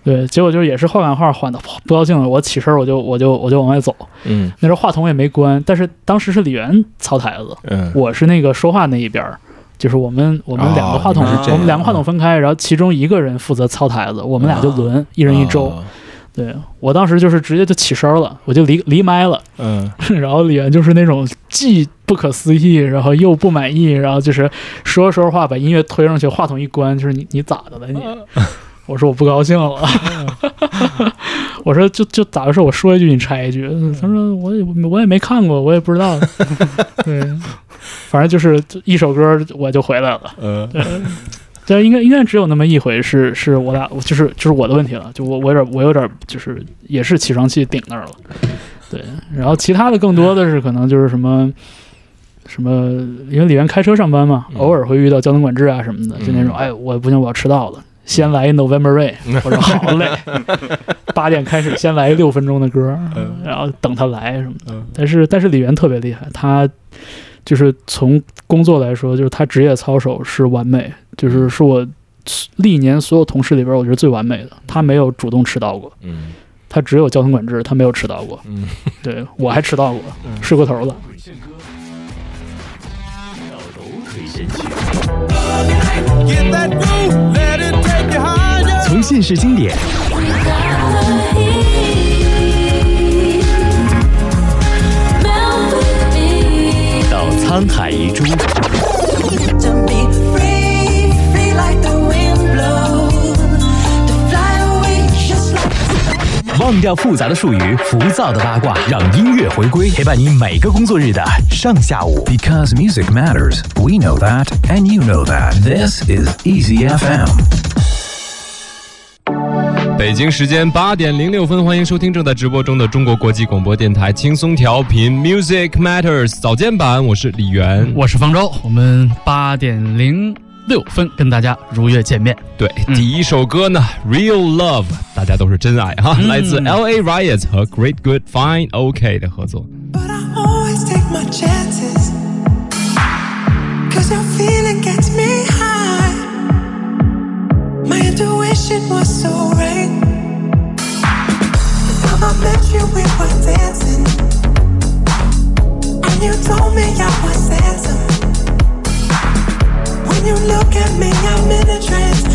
[SPEAKER 1] 对，
[SPEAKER 2] 对，结果就是也是换完话换的不高兴了，我起身我就我就我就往外走，
[SPEAKER 1] 嗯
[SPEAKER 2] 那时候话筒也没关，但是当时是李源操台子，
[SPEAKER 1] 嗯，
[SPEAKER 2] 我是那个说话那一边儿，就是我们我们两个话筒，
[SPEAKER 1] 哦
[SPEAKER 3] 你是这样
[SPEAKER 2] 我们两个话筒分开，然后其中一个人负责操台子，我们俩就轮，一
[SPEAKER 1] 一
[SPEAKER 2] 人一周。
[SPEAKER 1] 哦
[SPEAKER 2] 对我当时就是直接就起身了，我就离离麦了，
[SPEAKER 1] 嗯，
[SPEAKER 2] 然后李源就是那种既不可思议，然后又不满意，然后就是说着说着话把音乐推上去，话筒一关，就是你你咋的了你？ 我说我不高兴了， 我说就就咋回事？我说一句你拆一句。他说我也我也没看过，我也不知道。 对，反正就是一首歌我就回来了。
[SPEAKER 1] 呃，
[SPEAKER 2] 这应该应该只有那么一回是是我俩就是就是我的问题了，就我我有点我有点就是也是起床气顶那儿了。对，然后其他的更多的是可能就是什么。什么？因为李源开车上班嘛，
[SPEAKER 1] 嗯
[SPEAKER 2] 偶尔会遇到交通管制啊什么的，就那种，
[SPEAKER 1] 嗯
[SPEAKER 2] 哎，我不行，我要迟到了，先来一 November Rain，我说好嘞，八点开始，先来六分钟的歌，
[SPEAKER 1] 嗯
[SPEAKER 2] 然后等他来什么的
[SPEAKER 1] 嗯。
[SPEAKER 2] 但是但是李源特别厉害，他就是从工作来说，就是他职业操守是完美，
[SPEAKER 1] 嗯
[SPEAKER 2] 就是是我历年所有同事里边，我觉得最完美的。他没有主动迟到过，
[SPEAKER 1] 嗯
[SPEAKER 2] 他只有交通管制，他没有迟到过。
[SPEAKER 1] 嗯，
[SPEAKER 2] 对我还迟到过，睡过头了。
[SPEAKER 5] Get that groove, let it take you higher.
[SPEAKER 6] 从现实经典到沧海遗珠，
[SPEAKER 7] To be free, free like the wind blows. To fly away just like.
[SPEAKER 6] 忘掉复杂的术语，浮躁的八卦，让音乐回归，陪伴你每个工作日的上下午。
[SPEAKER 8] Because music matters. We know that, and you know that. This is Easy FM.
[SPEAKER 9] 北京时间八点零六分，欢迎收听正在直播中的中国国际广播电台轻松调频 Music Matters 早间版，我是李源。
[SPEAKER 2] 我是方舟，我们八点零六分跟大家如约见面。嗯
[SPEAKER 9] 对，第一首歌呢，Real Love》，大家都是真爱
[SPEAKER 2] 嗯
[SPEAKER 9] 哈，来自 L A Riots 和 Great Good Fine OK 的合作。
[SPEAKER 7] But I always take my chances. Cause your feeling gets me high. My intuition was so right. The time I met you, we were dancing. And you told me I was handsome. When you look at me, I'm in a trance.